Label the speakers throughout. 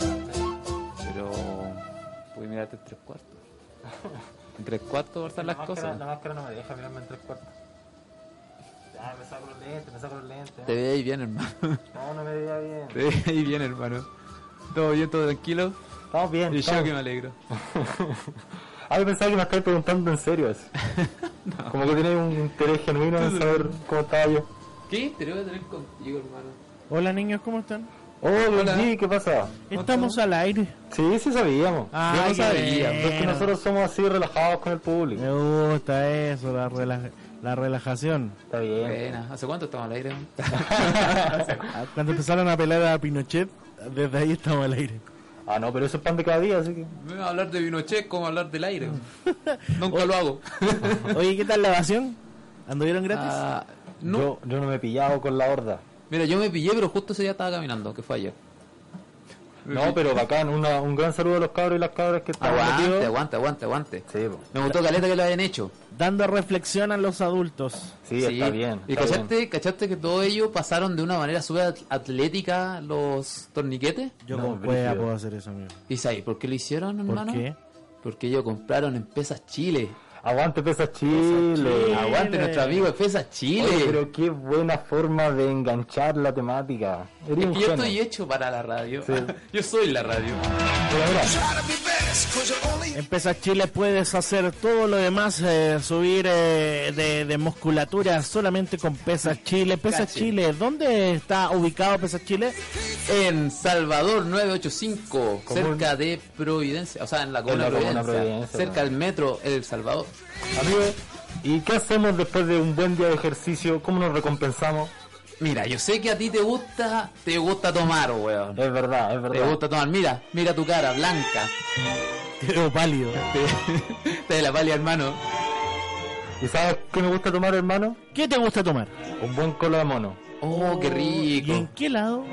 Speaker 1: Pero voy a mirarte en tres cuartos. En tres cuartos cortan
Speaker 2: la
Speaker 1: las
Speaker 2: máscara-
Speaker 1: cosas.
Speaker 2: La máscara no me deja mirarme en tres cuartos. Ya, me saco los lentes, me saco los lentes.
Speaker 1: Te veis bien, hermano.
Speaker 2: No, no me veía bien.
Speaker 1: Te veis bien, hermano. Todo bien, todo tranquilo.
Speaker 2: Estamos bien.
Speaker 1: Y yo
Speaker 2: estamos-
Speaker 1: que me alegro.
Speaker 2: Ah, yo pensaba que me estabas preguntando en serio así. Como que tienes un interés genuino en saber cómo estaba yo.
Speaker 1: ¿Qué te voy a tener contigo, hermano?
Speaker 3: Hola niños, ¿cómo están?
Speaker 2: Oh,
Speaker 1: Hola.
Speaker 2: sí, ¿qué pasa?
Speaker 3: Estamos al aire.
Speaker 2: Sí, sí sabíamos.
Speaker 3: Ah,
Speaker 2: yo no
Speaker 3: qué
Speaker 2: sabía.
Speaker 3: bueno.
Speaker 2: pero Es que nosotros somos así relajados con el público.
Speaker 3: Me gusta eso, la, rela- la relajación.
Speaker 2: Está bien.
Speaker 1: Buena. ¿Hace cuánto estamos al aire?
Speaker 3: Ah, Cuando empezaron a pelar a Pinochet, desde ahí estamos al aire.
Speaker 2: Ah, no, pero eso es pan de cada día, así que.
Speaker 1: Me voy a hablar de Vinoche como hablar del aire. Nunca lo hago.
Speaker 3: Oye, ¿qué tal la evasión? ¿Anduvieron gratis?
Speaker 1: Ah, no.
Speaker 2: Yo, yo no me he pillado con la horda.
Speaker 1: Mira, yo me pillé, pero justo ese día estaba caminando, que fue ayer.
Speaker 2: No, pero bacán. Una, un gran saludo a los cabros y las cabras que están
Speaker 1: Aguante,
Speaker 2: metidos.
Speaker 1: aguante, aguante, aguante.
Speaker 2: Sí, po.
Speaker 1: Me gustó caleta que lo hayan hecho.
Speaker 2: Ah.
Speaker 3: Dando reflexión a los adultos.
Speaker 2: sí, está bien.
Speaker 1: Y
Speaker 2: está bien.
Speaker 1: cachaste, cachaste que todo ello pasaron de una manera súper at- atlética los torniquetes.
Speaker 3: Yo
Speaker 2: No,
Speaker 3: como pueda
Speaker 2: brígido.
Speaker 3: puedo hacer eso, amigo.
Speaker 1: ¿Y sabes por qué lo hicieron,
Speaker 3: ¿Por
Speaker 1: hermano?
Speaker 3: qué?
Speaker 1: Porque ellos compraron en Pesas Chile.
Speaker 2: Aguante pesas Chile.
Speaker 3: Chile.
Speaker 1: Aguante nuestro amigo de Pesas Chile.
Speaker 2: Oye, pero qué buena forma de enganchar la temática. Eres
Speaker 1: Es
Speaker 2: un
Speaker 1: que yo
Speaker 2: genio.
Speaker 1: estoy hecho para la radio.
Speaker 2: Sí.
Speaker 1: yo soy la radio.
Speaker 2: Pero mira,
Speaker 3: Empieza Chile, puedes hacer todo lo demás, eh, subir eh, de, de musculatura solamente con Pesas Chile. Pesas
Speaker 1: Cache.
Speaker 3: Chile, ¿dónde está ubicado Pesas Chile?
Speaker 1: En Salvador 985,
Speaker 2: Común.
Speaker 1: cerca de Providencia, o sea, en la comuna
Speaker 2: la
Speaker 1: de
Speaker 2: comuna
Speaker 1: Providencia,
Speaker 2: Providencia,
Speaker 1: cerca del metro El Salvador.
Speaker 2: amigo, ¿y qué hacemos después de un buen día de ejercicio? ¿Cómo nos recompensamos?
Speaker 1: Mira, yo sé que a ti te gusta, te gusta tomar, weón.
Speaker 2: Es verdad, es
Speaker 1: Te
Speaker 2: verdad.
Speaker 1: gusta tomar, mira, mira tu cara, blanca.
Speaker 3: Pero pálido.
Speaker 1: Te, te de la palia, hermano.
Speaker 2: ¿Y sabes qué me gusta tomar, hermano?
Speaker 3: ¿Qué te gusta tomar?
Speaker 2: Un buen cola de mono.
Speaker 1: Oh, qué rico.
Speaker 3: ¿Y en qué lado?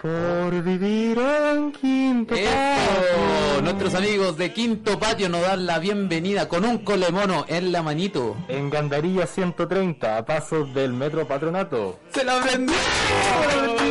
Speaker 2: Por vivir en quinto
Speaker 1: Eso, nuestros amigos de Quinto Patio nos dan la bienvenida con un colemono en la manito.
Speaker 2: En Gandarilla 130, a pasos del Metro Patronato.
Speaker 1: ¡Se la aprendió!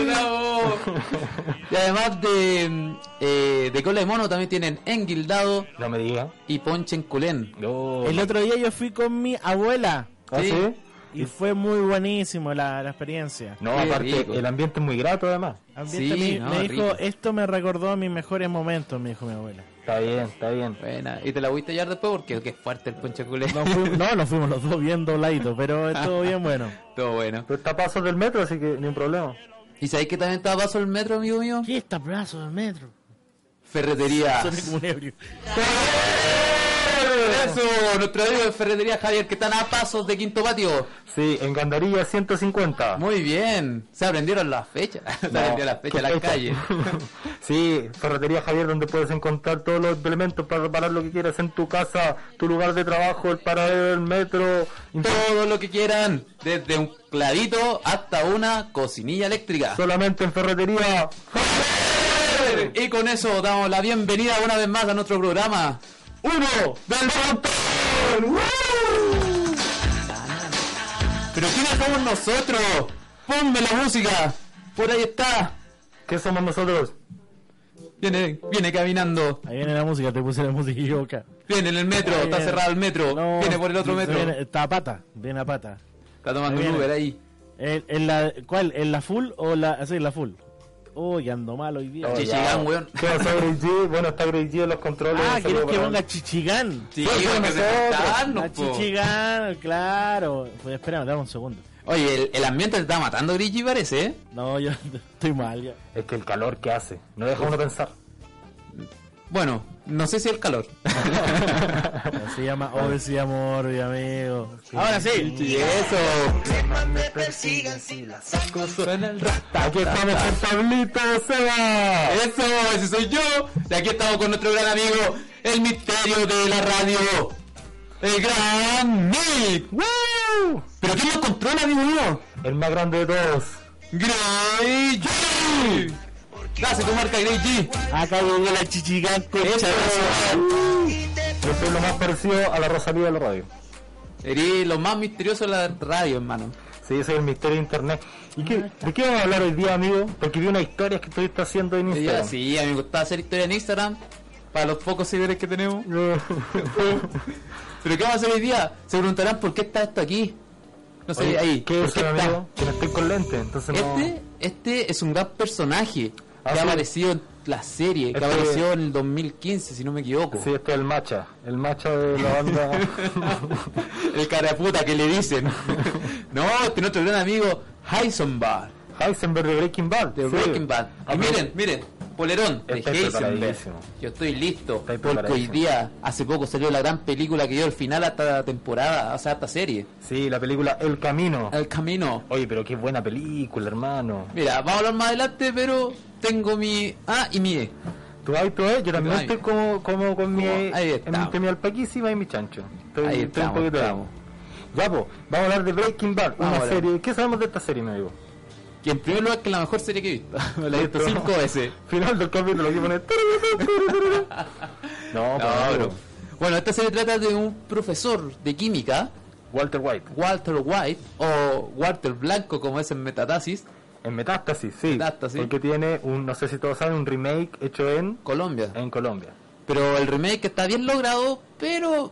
Speaker 1: ¡Bravo! y además de, eh, de cola de mono también tienen enguildado
Speaker 2: No me digas.
Speaker 1: y ponche en culén.
Speaker 2: No.
Speaker 3: El otro día yo fui con mi abuela
Speaker 2: ¿Ah,
Speaker 1: Sí.
Speaker 2: sí?
Speaker 3: y fue muy buenísimo la, la experiencia.
Speaker 2: No,
Speaker 1: Qué
Speaker 2: aparte,
Speaker 1: rico.
Speaker 2: el ambiente es muy grato además.
Speaker 3: Ambiente
Speaker 1: Sí,
Speaker 3: me,
Speaker 1: no,
Speaker 3: me dijo,
Speaker 1: rico.
Speaker 3: esto me recordó a mis mejores momentos, me dijo mi abuela.
Speaker 2: Está bien, está bien.
Speaker 1: Buena, y te la voy a tallar después porque que es fuerte el ponche en culén.
Speaker 3: No, fuimos- no, nos fuimos los dos bien dobladitos, pero estuvo bien bueno.
Speaker 1: Todo bueno.
Speaker 2: Pero está a pasos del metro, así que ni un problema.
Speaker 1: ¿Y sabéis que también está a paso el metro, amigo mío?
Speaker 3: ¿Qué está brazo de metro?
Speaker 1: Ferretería.
Speaker 3: Suena como un ebrio.
Speaker 1: Eso, nuestro amigo de Ferretería Javier, que están a pasos de Quinto Patio.
Speaker 2: Sí, en Gandarilla 150.
Speaker 1: Muy bien, se aprendieron las fechas. Se
Speaker 2: No,
Speaker 1: aprendieron las fechas, las
Speaker 2: perfecto.
Speaker 1: calles.
Speaker 2: sí, Ferretería Javier, donde puedes encontrar todos los elementos para reparar lo que quieras en tu casa, tu lugar de trabajo, el paradero del metro.
Speaker 1: Todo lo que quieran, desde un clavito hasta una cocinilla eléctrica.
Speaker 2: Solamente en Ferretería.
Speaker 1: Y con eso damos la bienvenida una vez más a nuestro programa.
Speaker 2: ¡Uno!
Speaker 1: ¡Del montón! ¡Woo! ¿Pero quiénes somos nosotros? ¡Ponme la música! Por ahí está.
Speaker 2: ¿Qué somos nosotros?
Speaker 1: Viene, viene caminando.
Speaker 3: Ahí viene la música, te puse la música equivocada.
Speaker 1: Viene en el metro,
Speaker 3: Ahí
Speaker 1: está
Speaker 3: viene.
Speaker 1: cerrado el metro.
Speaker 3: No,
Speaker 1: Oh, viene por el otro metro.
Speaker 3: viene- está a pata, viene a pata.
Speaker 1: Está tomando
Speaker 3: ahí
Speaker 1: un
Speaker 3: viene.
Speaker 1: Uber ahí.
Speaker 3: ¿En, en la, ¿Cuál? ¿En la full o la.? Sí, en la full. Uy, ando mal hoy día.
Speaker 2: No,
Speaker 1: Chichi.
Speaker 3: Ah,
Speaker 1: Chichigán, weón.
Speaker 2: ¿Qué pasó, Grey G? Bueno, está Grey G en los controles. Un
Speaker 3: ¿querés
Speaker 2: saludo
Speaker 3: Ah, que
Speaker 2: para-
Speaker 3: ponga Chichigán?
Speaker 1: Sí,
Speaker 2: Fue
Speaker 1: hay
Speaker 2: con
Speaker 1: que
Speaker 2: nosotros.
Speaker 1: representarnos,
Speaker 3: pues, La
Speaker 1: po.
Speaker 3: Chichigán, claro. Pues espérame, dame un segundo.
Speaker 1: Oye, el, el ambiente te está matando, Grigi, parece, ¿eh?
Speaker 3: No, yo estoy mal ya.
Speaker 2: Es que el calor que hace, no deja uno pensar.
Speaker 1: Bueno, no sé si el calor.
Speaker 3: Se llama Obesidad y Amor, mi amigo. Ahora sí.
Speaker 1: Y eso.
Speaker 2: Aquí estamos con Pablito Seba.
Speaker 1: Eso, ese soy yo. Y aquí estamos con nuestro gran amigo, el misterio de la radio. El gran Nick. ¡Woo! ¿Pero quién lo controla, amigo mío?
Speaker 2: El más grande de todos.
Speaker 1: Grey G. Gracias, tu marca Grey G.
Speaker 3: Acá llegó la Chichigán con
Speaker 1: Eso.
Speaker 2: Yo soy lo más parecido a la Rosalía de la radio.
Speaker 1: Eres lo más misterioso de la radio, hermano.
Speaker 2: Sí, soy el misterio de internet. ¿Y qué, de qué vamos a hablar hoy día, amigo? Porque vi unas historias que estuviste haciendo en
Speaker 1: Sí,
Speaker 2: Instagram.
Speaker 1: Sí, a mí me gustaba hacer historia en Instagram para los pocos seguidores que tenemos. Pero ¿qué vamos a hacer hoy día? Se preguntarán por qué está esto aquí. No sé,
Speaker 2: Oye,
Speaker 1: ahí.
Speaker 2: ¿Qué
Speaker 1: ¿por
Speaker 2: es,
Speaker 1: qué está?
Speaker 2: amigo? Que no estoy con lente, entonces no...
Speaker 1: Este, este es un gran personaje
Speaker 2: Ah,
Speaker 1: que ha
Speaker 2: sí.
Speaker 1: aparecido en la serie, que
Speaker 2: Este-
Speaker 1: apareció en el 2015, si no me equivoco.
Speaker 2: Sí, este es el macha. El macha de la banda...
Speaker 1: el cara de puta que le dicen. no, este es nuestro gran amigo Heisenberg
Speaker 2: Heisenberg de Breaking Bad.
Speaker 1: de
Speaker 2: sí.
Speaker 1: Breaking Bad.
Speaker 2: Ah,
Speaker 1: Y miren, miren, polerón de
Speaker 2: Estoy
Speaker 1: Heisenberg.
Speaker 2: preparadísimo.
Speaker 1: Yo estoy listo
Speaker 2: Estoy
Speaker 1: porque hoy
Speaker 2: preparadísimo.
Speaker 1: día, hace poco salió la gran película que dio el final a esta temporada, o sea, a esta serie.
Speaker 2: Sí, la película El Camino.
Speaker 1: El camino.
Speaker 2: Oye, pero qué buena película, hermano.
Speaker 1: Mira, vamos a hablar más adelante, pero tengo mi A y mi E.
Speaker 2: Tú ahí, tú ahí, yo también
Speaker 1: Ay.
Speaker 2: estoy como, como con mi,
Speaker 1: Ahí
Speaker 2: en mi,
Speaker 1: estamos.
Speaker 2: entre mi alpaquísima y mi chancho. Estoy,
Speaker 1: Ahí
Speaker 2: estoy
Speaker 1: estamos, estamos.
Speaker 2: Ya, po, vamos a hablar de Breaking Bad,
Speaker 1: Vamos a
Speaker 2: una
Speaker 1: hablar.
Speaker 2: serie. ¿Qué sabemos de esta serie, me digo?
Speaker 1: Que en primer lugar que es la mejor serie que he visto. Me la he visto
Speaker 2: Listo.
Speaker 1: cinco veces.
Speaker 2: Final del capítulo, lo que pone. no,
Speaker 1: No,
Speaker 2: no,
Speaker 1: bro. Bueno, esta serie trata de un profesor de química,
Speaker 2: Walter White,
Speaker 1: Walter White, o Walter Blanco, como es en Metatasis,
Speaker 2: en Metástasis, sí.
Speaker 1: Metástasis.
Speaker 2: Porque tiene un, no sé si todos saben, un remake hecho en,
Speaker 1: Colombia.
Speaker 2: en Colombia.
Speaker 1: Pero el remake está bien logrado, pero,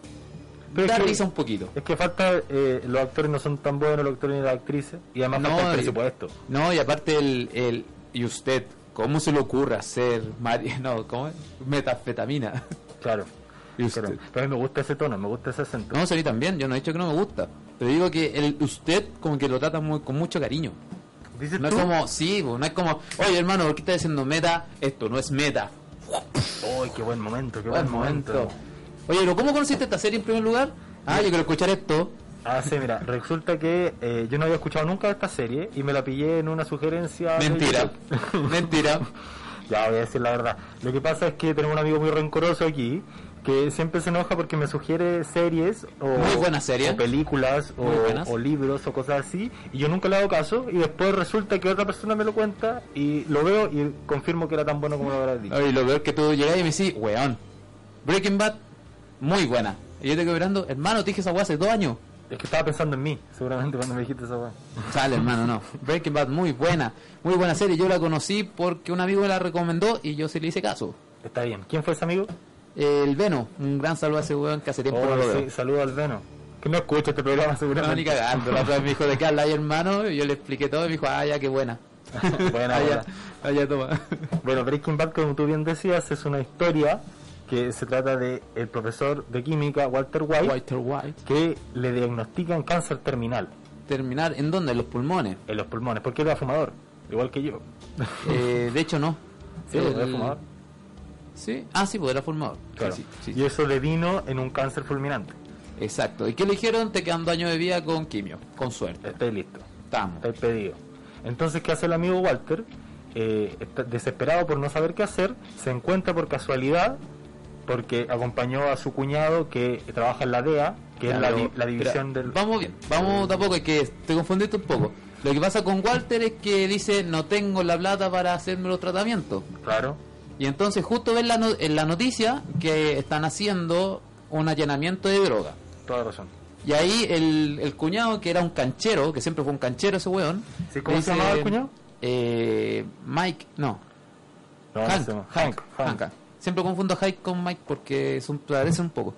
Speaker 2: Pero
Speaker 1: da
Speaker 2: es que-
Speaker 1: risa un poquito.
Speaker 2: Es que falta, eh, los actores no son tan buenos, los actores ni las actrices, y además falta
Speaker 1: y-
Speaker 2: el presupuesto.
Speaker 1: No, y aparte el, el... ¿Y usted? ¿Cómo se le ocurre hacer... mari- No, ¿cómo es? Metafetamina.
Speaker 2: Claro.
Speaker 1: ¿Y
Speaker 2: Pero,
Speaker 1: usted?
Speaker 2: pero a mí me gusta ese tono, me gusta ese acento.
Speaker 1: No, salí también. Yo no he dicho que no me gusta. Pero digo que el usted como que lo trata muy, con mucho cariño.
Speaker 2: Dices
Speaker 1: No es
Speaker 2: tú,
Speaker 1: como... Sí, bo, no es como... Oye, hermano, ¿por qué estás diciendo meta? Esto no es meta.
Speaker 2: ¡Ay, qué buen momento, qué
Speaker 1: Buen momento. Oye, pero ¿cómo conociste esta serie en primer lugar? Ah, yo quiero escuchar esto.
Speaker 2: Ah, sí, mira, resulta que eh, yo no había escuchado nunca esta serie y me la pillé en una sugerencia. de
Speaker 1: Mentira.
Speaker 2: YouTube.
Speaker 1: Mentira.
Speaker 2: ya, voy a decir la verdad. Lo que pasa es que tengo un amigo muy rencoroso aquí que siempre se enoja porque me sugiere series o,
Speaker 1: Muy buenas series.
Speaker 2: o películas o,
Speaker 1: Muy buenas.
Speaker 2: o libros o cosas así y yo nunca le hago caso y después resulta que otra persona me lo cuenta y lo veo y confirmo que era tan bueno como lo habrás dicho.
Speaker 1: Oye, lo peor que tú llegas y me decís, weón, Breaking Bad, muy buena. Y yo te quedo mirando, hermano, te dije esa weá hace dos años.
Speaker 2: Es que estaba pensando en mí, seguramente cuando me dijiste esa weá.
Speaker 1: Sale, hermano, no. Breaking Bad, muy buena. Muy buena serie. Yo la conocí porque un amigo me la recomendó y yo sí le hice caso.
Speaker 2: Está bien. ¿Quién fue ese amigo?
Speaker 1: El Veno, un gran saludo a ese weón que hace tiempo no
Speaker 2: Oh,
Speaker 1: lo veo.
Speaker 2: sí, saludo al Veno. Que no escucha este programa
Speaker 1: No, ni
Speaker 2: seguramente.
Speaker 1: cagando. La otra vez me dijo de qué habla ahí, hermano, y yo le expliqué todo y me dijo, ah, ya, qué buena.
Speaker 2: Buena,
Speaker 1: Ah, ya,
Speaker 2: buena.
Speaker 1: ah, ya, toma.
Speaker 2: Bueno, Breaking Bad, como tú bien decías, es una historia que se trata de el profesor de química Walter White,
Speaker 1: Walter White.
Speaker 2: que le diagnostican cáncer terminal
Speaker 1: Terminar, ¿en dónde? En los pulmones.
Speaker 2: en los pulmones, porque era fumador, igual que yo.
Speaker 1: Eh, de hecho, no.
Speaker 2: Sí, pues,
Speaker 1: El-
Speaker 2: era fumador.
Speaker 1: ¿Sí? Ah, sí, pues era formador.
Speaker 2: Claro.
Speaker 1: Eh, Sí, sí, sí,
Speaker 2: Y eso le vino en un cáncer fulminante.
Speaker 1: Exacto. ¿Y qué le dijeron? Te quedan dos años de vida con quimio. Con suerte.
Speaker 2: Estáis listo,
Speaker 1: Estamos.
Speaker 2: estáis pedido. Entonces, ¿qué hace el amigo Walter? Eh, está desesperado por no saber qué hacer, se encuentra por casualidad, porque acompañó a su cuñado que trabaja en la DEA, que es la,
Speaker 1: Claro,
Speaker 2: di- la división
Speaker 1: espera,
Speaker 2: del...
Speaker 1: Vamos bien, vamos tampoco, es que te confundiste un poco. Lo que pasa con Walter es que dice, no tengo la plata para hacerme los tratamientos.
Speaker 2: Claro.
Speaker 1: Y entonces justo ven la no- en la noticia que están haciendo un allanamiento de droga.
Speaker 2: Toda razón.
Speaker 1: Y ahí el, el cuñado, que era un canchero, que siempre fue un canchero ese weón.
Speaker 2: Sí, ¿cómo
Speaker 1: le
Speaker 2: se llamaba el cuñado?
Speaker 1: eh, Mike, no.
Speaker 2: No, no
Speaker 1: Hank,
Speaker 2: se llama-
Speaker 1: Hank,
Speaker 2: Hank.
Speaker 1: Hank. Siempre confundo a Hank con Mike porque son, parecen un poco.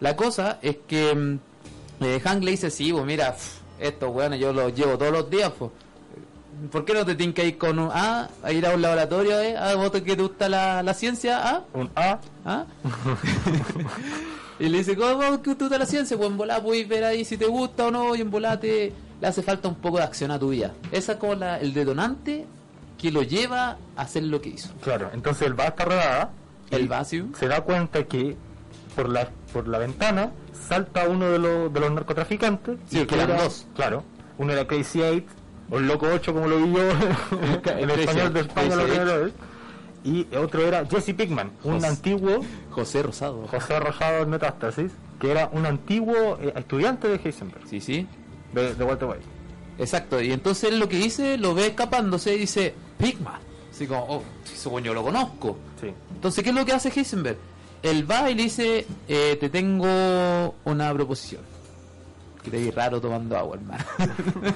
Speaker 1: La cosa es que mm, eh, Hank le dice, sí, vos mira, pf, estos weones yo los llevo todos los días, pues. ¿Por qué no te tienes que ir con un A, a ir a un laboratorio, eh? ¿A vos te- que te gusta la, la ciencia, ah?
Speaker 2: Un A.
Speaker 1: ¿Ah? y le dice, ¿cómo que te gusta la ciencia? Pues en volada puedes ver ahí si te gusta o no, y en volada te- le hace falta un poco de acción a tu vida. Esa es como la- el detonante que lo lleva a hacer lo que hizo.
Speaker 2: Claro, entonces él va a esta redada.
Speaker 1: El
Speaker 2: y
Speaker 1: vacío.
Speaker 2: Se da cuenta que por la, por la ventana salta uno de, los de los narcotraficantes.
Speaker 1: Sí,
Speaker 2: y
Speaker 1: que eran
Speaker 2: era-
Speaker 1: dos.
Speaker 2: Claro, uno era Crazy Eight, o el Loco 8, como lo vi yo en
Speaker 1: Crazy
Speaker 2: español de
Speaker 1: Eight,
Speaker 2: España
Speaker 1: Crazy
Speaker 2: la
Speaker 1: Eight.
Speaker 2: primera vez. Y otro era Jesse Pickman, un
Speaker 1: Jos-
Speaker 2: antiguo
Speaker 1: José Rosado.
Speaker 2: José Rosado en Metástasis, que era un antiguo eh, estudiante de Heisenberg,
Speaker 1: Sí, sí.
Speaker 2: de, de Walter White.
Speaker 1: Exacto. Y entonces él lo que dice, lo ve escapándose y dice, Pigman. Así como, oh, ese weón yo lo conozco.
Speaker 2: Sí.
Speaker 1: Entonces, ¿qué es lo que hace Heisenberg? Él va y le dice, eh, te tengo una proposición. Que te vi raro tomando agua, hermano.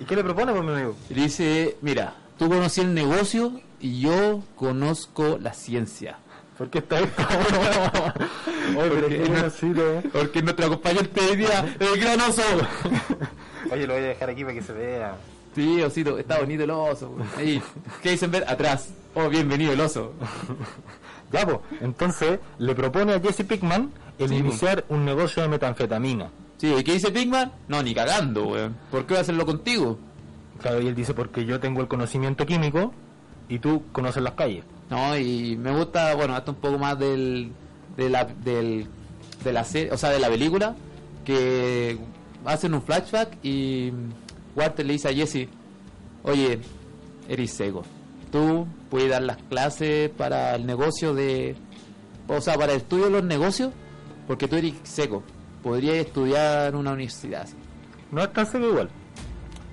Speaker 2: ¿Y qué le propone, por mi amigo?
Speaker 1: Y dice, mira, tú conocí el negocio y yo conozco la ciencia.
Speaker 2: ¿Por qué está esto? Oye, pero
Speaker 1: Porque-
Speaker 2: qué bueno, sí, ¿no?
Speaker 1: Porque nuestro acompañante hoy día, el "Eh, gran oso.
Speaker 2: Oye, lo voy a dejar aquí para que se vea.
Speaker 1: Sí, osito, está bonito el oso. güey. Ahí, Heisenberg atrás. Oh, bienvenido el oso.
Speaker 2: Ya, pues, entonces le propone a Jesse Pickman el
Speaker 1: Sí, po.
Speaker 2: iniciar un negocio de metanfetamina.
Speaker 1: Sí, ¿y qué dice Pigman? No, ni cagando, weón. ¿Por qué voy a hacerlo contigo?
Speaker 2: Claro, y él dice, porque yo tengo el conocimiento químico y tú conoces las calles.
Speaker 1: No, y me gusta, bueno, hasta un poco más del, de la, del, de la serie, o sea, de la película, que hacen un flashback y Walter le dice a Jesse, oye, eres cego, tú puedes dar las clases para el negocio de, o sea, para el estudio de los negocios, porque tú eres seco, podrías estudiar en una universidad. así".
Speaker 2: No es tan seco igual.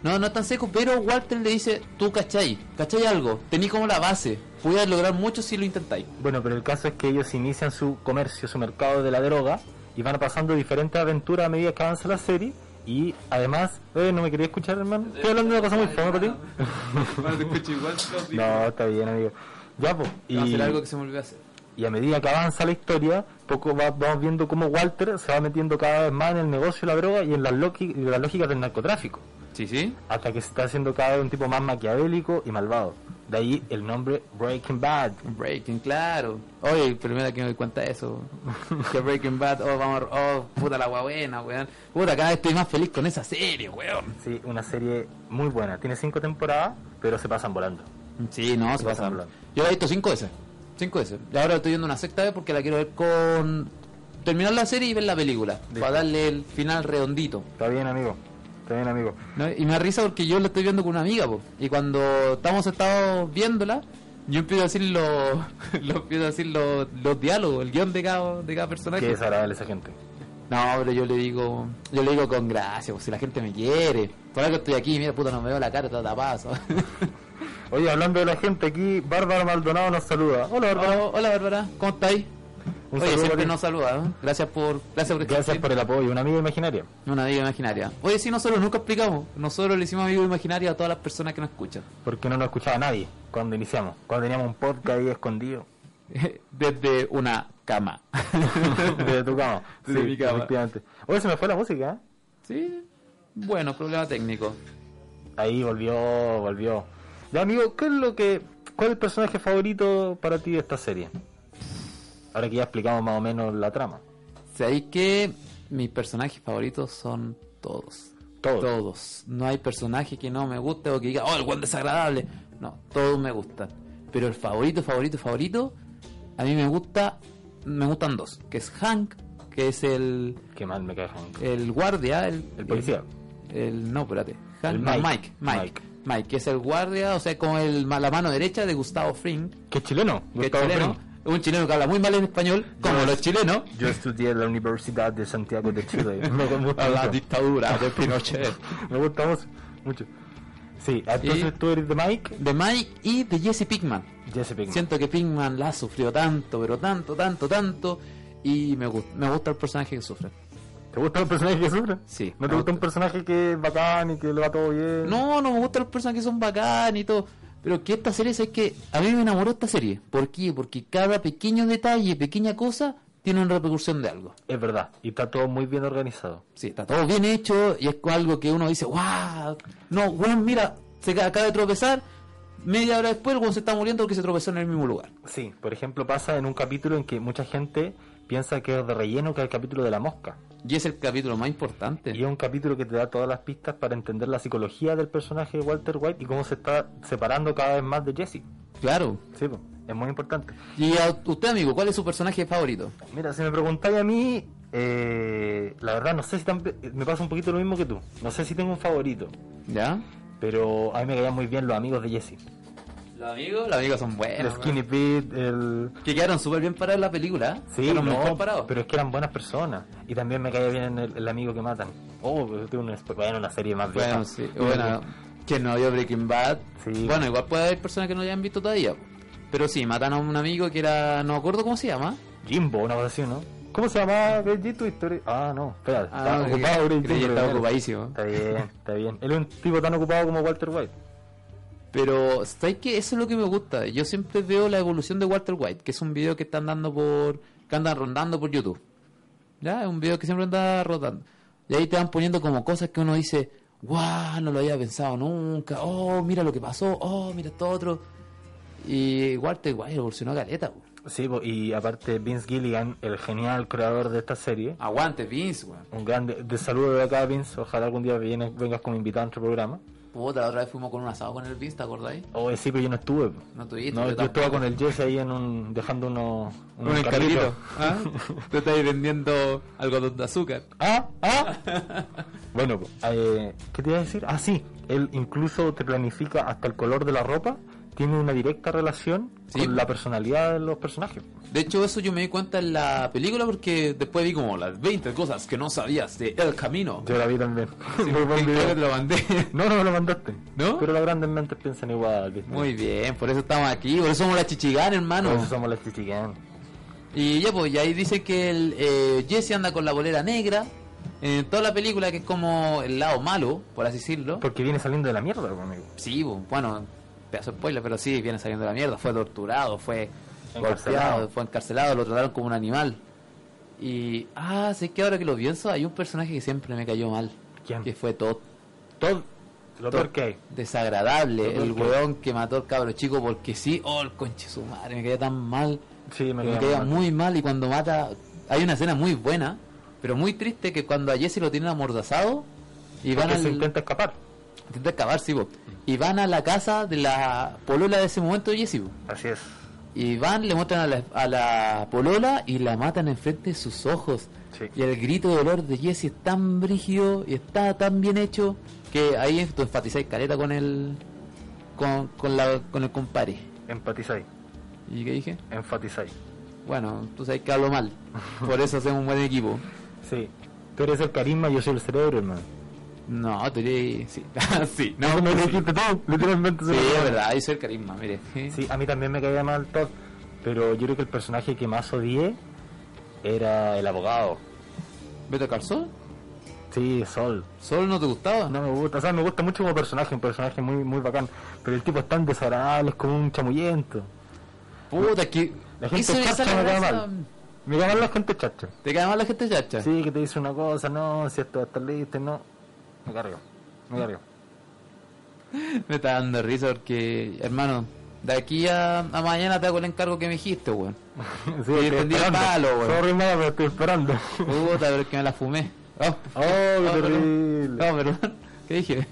Speaker 1: No, no es tan seco, pero Walter le dice, tú cachai, cachai algo, tení como la base, puedes lograr mucho si lo intentáis.
Speaker 2: Bueno, pero el caso es que ellos inician su comercio, su mercado de la droga y van pasando diferentes aventuras a medida que avanza la serie. Y además, eh, no me quería escuchar, hermano. Estoy hablando de una cosa muy fome, Patín. No, está bien, amigo. Ya, pues.
Speaker 1: y... hacer algo que se me olvidó hacer.
Speaker 2: Y a medida que avanza la historia, poco va- vamos viendo cómo Walter se va metiendo cada vez más en el negocio de la droga y en las, loqui- y las lógicas del narcotráfico,
Speaker 1: Sí, sí.
Speaker 2: hasta que se está haciendo cada vez un tipo más maquiavélico y malvado. De ahí el nombre Breaking Bad.
Speaker 1: Breaking, claro. Oye, primera que me doy cuenta de eso. que Breaking Bad, oh, vamos, oh, puta la hueá buena, weón. Puta, cada vez estoy más feliz con esa serie, weón.
Speaker 2: Sí, una serie muy buena. Tiene cinco temporadas, pero se pasan volando.
Speaker 1: Sí, no, se
Speaker 2: Vas
Speaker 1: pasa.
Speaker 2: hablando.
Speaker 1: Yo la he visto cinco veces. Cinco veces. Y ahora estoy viendo una sexta vez porque la quiero ver con... Terminar la serie y ver la película.
Speaker 2: Listo.
Speaker 1: Para darle el final redondito.
Speaker 2: Está bien, amigo. Está bien, amigo.
Speaker 1: ¿no? Y me da risa porque yo la estoy viendo con una amiga, po. y cuando estamos sentados viéndola, yo empiezo a decir, los lo, empiezo a decir los- los diálogos, el guión de cada, de cada
Speaker 2: Qué
Speaker 1: personaje.
Speaker 2: desagradable esa gente.
Speaker 1: No, pero yo le digo, yo le digo con gracia, po, si la gente me quiere, por algo estoy aquí, mira, puta, no me veo la cara, está tapada. so.
Speaker 2: Oye, hablando de la gente aquí, Bárbara Maldonado nos saluda. Hola, Bárbara.
Speaker 1: hola, hola, Bárbara, ¿cómo estáis?
Speaker 2: Un
Speaker 1: Oye,
Speaker 2: saludo para
Speaker 1: siempre
Speaker 2: ti.
Speaker 1: nos saluda, ¿no? Gracias por, gracias por
Speaker 2: Gracias por el apoyo. Una amiga imaginaria.
Speaker 1: Una amiga imaginaria. Oye, sí, nosotros nunca explicamos. Nosotros le hicimos amigo imaginario a todas las personas que nos escuchan.
Speaker 2: Porque no lo escuchaba nadie cuando iniciamos, cuando teníamos un podcast ahí escondido
Speaker 1: Desde una cama.
Speaker 2: de tu cama.
Speaker 1: De mi cama.
Speaker 2: efectivamente. Oye, se me fue la música. ¿eh?
Speaker 1: Sí, bueno, problema técnico.
Speaker 2: Ahí volvió, volvió. Ya, amigo, ¿qué es lo que, ¿cuál es el personaje favorito para ti de esta serie? Ahora que ya explicamos más o menos la trama.
Speaker 1: Sabéis que mis personajes favoritos son todos.
Speaker 2: Todos.
Speaker 1: Todos. No hay personaje que no me guste o que diga, oh, el guan desagradable. No, todos me gustan. Pero el favorito, favorito, favorito, a mí me gusta, me gustan dos. Que es Hank, que es el,
Speaker 2: Qué mal me cae Hank.
Speaker 1: el guardia. El,
Speaker 2: El policía.
Speaker 1: el- no, espérate. Hank,
Speaker 2: El
Speaker 1: no,
Speaker 2: Mike.
Speaker 1: Mike, Mike,
Speaker 2: Mike.
Speaker 1: Mike. que es el guardia, o sea, con el, la mano derecha de Gustavo Fring.
Speaker 2: Que es chileno.
Speaker 1: que es
Speaker 2: Gustavo
Speaker 1: chileno,
Speaker 2: Fring.
Speaker 1: un chileno que habla muy mal en español, como
Speaker 2: Yo-
Speaker 1: los chilenos,
Speaker 2: Yo estudié en la Universidad de Santiago de Chile. me gusta
Speaker 1: a la
Speaker 2: mucho.
Speaker 1: dictadura de Pinochet.
Speaker 2: Me gusta mucho- mucho. Sí, entonces
Speaker 1: Y-
Speaker 2: tú eres de Mike,
Speaker 1: De Mike y de Jesse Pinkman.
Speaker 2: Jesse Pinkman.
Speaker 1: Siento que Pinkman la sufrió tanto, pero tanto, tanto, tanto. Y me, gusta me gusta el personaje que sufre.
Speaker 2: ¿Te gusta un personaje que sufre?
Speaker 1: Sí.
Speaker 2: ¿No te gusta un personaje que es bacán y que le va todo bien?
Speaker 1: No, no me gustan los personajes que son bacán y todo. Pero que esta serie es que a mí me enamoró esta serie. ¿Por qué? Porque cada pequeño detalle, pequeña cosa, tiene una repercusión de algo.
Speaker 2: Es verdad, y está todo muy bien organizado.
Speaker 1: Sí, está todo bien hecho y es algo que uno dice, wow, no, weón, mira, se ca- acaba de tropezar, media hora después el weón se está muriendo porque se tropezó en el mismo lugar.
Speaker 2: Sí, por ejemplo, pasa en un capítulo en que mucha gente piensa que es de relleno, que es el capítulo de la mosca.
Speaker 1: Y es el capítulo más importante.
Speaker 2: Y es un capítulo que te da todas las pistas para entender la psicología del personaje de Walter White y cómo se está separando cada vez más de Jesse.
Speaker 1: Claro.
Speaker 2: Sí, po, es muy importante.
Speaker 1: Y a usted, amigo, ¿cuál es su personaje favorito?
Speaker 2: Mira, si me preguntáis a mí, eh, la verdad no sé si tan- me pasa un poquito lo mismo que tú. No sé si tengo un favorito,
Speaker 1: ¿Ya?
Speaker 2: pero a mí me caían muy bien los amigos de Jesse.
Speaker 1: ¿Los amigos? Los amigos son
Speaker 2: El
Speaker 1: buenos.
Speaker 2: Skinny Pete, el...
Speaker 1: Que quedaron súper bien parados en la película. ¿eh?
Speaker 2: Sí,
Speaker 1: Quedaron
Speaker 2: no,
Speaker 1: mejor parados.
Speaker 2: pero es que eran buenas personas. Y también me caía bien el, el amigo que matan. Oh, pero tengo una, bueno, una serie más vieja.
Speaker 1: Bueno, sí. Bueno, quien no vio Breaking Bad.
Speaker 2: Sí.
Speaker 1: Bueno, igual puede haber personas que no lo hayan visto todavía. po. Pero sí, matan a un amigo que era. No me acuerdo cómo se llama.
Speaker 2: Jimbo, una cosa así, ¿no? ¿Cómo se llamaba Benji Twister? Ah, no, espera,
Speaker 1: Ah,
Speaker 2: estaba
Speaker 1: no,
Speaker 2: ocupado Benji
Speaker 1: que- creí que
Speaker 2: Twister,
Speaker 1: estaba
Speaker 2: claro.
Speaker 1: ocupadísimo.
Speaker 2: Está bien, está bien. Él es un tipo tan ocupado como Walter White.
Speaker 1: Pero, ¿sabes qué? Eso es lo que me gusta. Yo siempre veo la evolución de Walter White, que es un video que están dando por. que andan rondando por YouTube. ¿Ya? Es un video que siempre anda rondando. Y ahí te van poniendo como cosas que uno dice, ¡guau! No lo había pensado nunca. ¡Oh, mira lo que pasó! ¡Oh, mira esto otro! Y Walter White evolucionó caleta. po.
Speaker 2: Sí, po, y aparte Vince Gilligan, el genial creador de esta serie.
Speaker 1: Aguante, Vince, weón.
Speaker 2: Un grande, de saludo de acá, Vince. Ojalá algún día vienes- vengas como invitado a nuestro programa.
Speaker 1: Puta, la otra vez fuimos con un asado con el Vince, ¿te acordáis?
Speaker 2: Oh, sí, pero yo no estuve. po.
Speaker 1: No tuviste,
Speaker 2: No,
Speaker 1: yo
Speaker 2: yo,
Speaker 1: tampoco.
Speaker 2: estaba con el Jesse ahí en un, dejando unos.
Speaker 1: Un encarguito. ¿Ah? Te estáis vendiendo algodón de azúcar.
Speaker 2: Ah, ah. bueno, pues, eh, ¿qué te iba a decir? Ah, sí, él incluso te planifica hasta el color de la ropa, tiene una directa relación
Speaker 1: Sí.
Speaker 2: con la personalidad de los personajes.
Speaker 1: De hecho, eso yo me di cuenta en la película porque después vi como las 20 cosas que no sabías de El Camino.
Speaker 2: Yo la vi también.
Speaker 1: Sí,
Speaker 2: Muy buen
Speaker 1: creo
Speaker 2: video.
Speaker 1: que te lo mandé.
Speaker 2: No, no me lo mandaste.
Speaker 1: ¿No?
Speaker 2: Pero las grandes mentes piensan igual. ¿viste?
Speaker 1: Muy bien, por eso estamos aquí, por eso somos la chichigán,
Speaker 2: Por eso
Speaker 1: hermano.
Speaker 2: somos las chichiquean.
Speaker 1: Y ya, pues, y ahí dice que el, eh, Jesse anda con la bolera negra en toda la película, que es como el lado malo, por así decirlo.
Speaker 2: Porque viene saliendo de la mierda pues, conmigo.
Speaker 1: Sí, bu- bueno, pedazo de spoiler, pero sí, viene saliendo de la mierda. Fue torturado, fue
Speaker 2: Encarcelado.
Speaker 1: golpeado, fue encarcelado, lo trataron como un animal. Y, ah, sé que ahora que lo pienso, hay un personaje que siempre me cayó mal.
Speaker 2: ¿Quién?
Speaker 1: Que fue Todd.
Speaker 2: Todo lo
Speaker 1: Todd.
Speaker 2: peor que hay.
Speaker 1: Desagradable,
Speaker 2: Todd
Speaker 1: el
Speaker 2: Walker.
Speaker 1: weón que mató al cabro chico porque sí. Oh, el conche su madre, me caía tan mal.
Speaker 2: Sí, me
Speaker 1: Me,
Speaker 2: caía
Speaker 1: caía
Speaker 2: mal.
Speaker 1: muy mal y cuando mata... Hay una escena muy buena, pero muy triste, que cuando a Jesse lo tienen amordazado... Y van
Speaker 2: Porque se
Speaker 1: al-
Speaker 2: intenta escapar.
Speaker 1: Intenta acabar, sí, po. Y van a la casa de la polola de ese momento, Jessy, po.
Speaker 2: Así es.
Speaker 1: Y van, le muestran a la, a la polola y la matan enfrente de sus ojos.
Speaker 2: Sí.
Speaker 1: Y el grito de dolor de Jesse es tan brígido y está tan bien hecho que ahí tú enfatizáis caleta con el. con, con, la, con el compadre.
Speaker 2: Empatizáis.
Speaker 1: ¿Y qué dije?
Speaker 2: Enfatizáis.
Speaker 1: Bueno, tú sabes que hablo mal. Por eso hacemos un buen equipo.
Speaker 2: Sí. Tú eres el carisma, yo soy el cerebro, hermano.
Speaker 1: No, tú eres- Sí, sí. No,
Speaker 2: No, no lo dijiste tú, literalmente.
Speaker 1: sí,
Speaker 2: se lo
Speaker 1: es
Speaker 2: dijiste.
Speaker 1: verdad, ahí soy el carisma, mire.
Speaker 2: Sí, a mí también me caía mal Todd, pero yo creo que el personaje que más odié era el abogado.
Speaker 1: ¿Beto Calzón?
Speaker 2: Sí, Sol.
Speaker 1: ¿Solo no te gustaba?
Speaker 2: No me gusta, o sea, me gusta mucho como personaje, un personaje muy muy bacán, pero el tipo es tan desagradable, es como un chamuyento.
Speaker 1: Puta, es que.
Speaker 2: La gente
Speaker 1: eso- esa es
Speaker 2: chacha
Speaker 1: la
Speaker 2: me cae
Speaker 1: gracia.
Speaker 2: mal. Me cae mal la gente chacha.
Speaker 1: ¿Te cae mal la gente chacha?
Speaker 2: Sí, que te dice una cosa, no, si esto va a estar listo, no. Me cargo, me cargo.
Speaker 1: Me está dando risa porque, hermano, de aquí a, a mañana te hago el encargo que me dijiste, weón.
Speaker 2: Sí,
Speaker 1: Oye, entendí el palo, güey.
Speaker 2: Sorry, mala, pero estoy esperando.
Speaker 1: Puta, pero es que me la fumé. Oh,
Speaker 2: Oh, qué
Speaker 1: perdón.
Speaker 2: terrible.
Speaker 1: No, perdón. ¿Qué dije?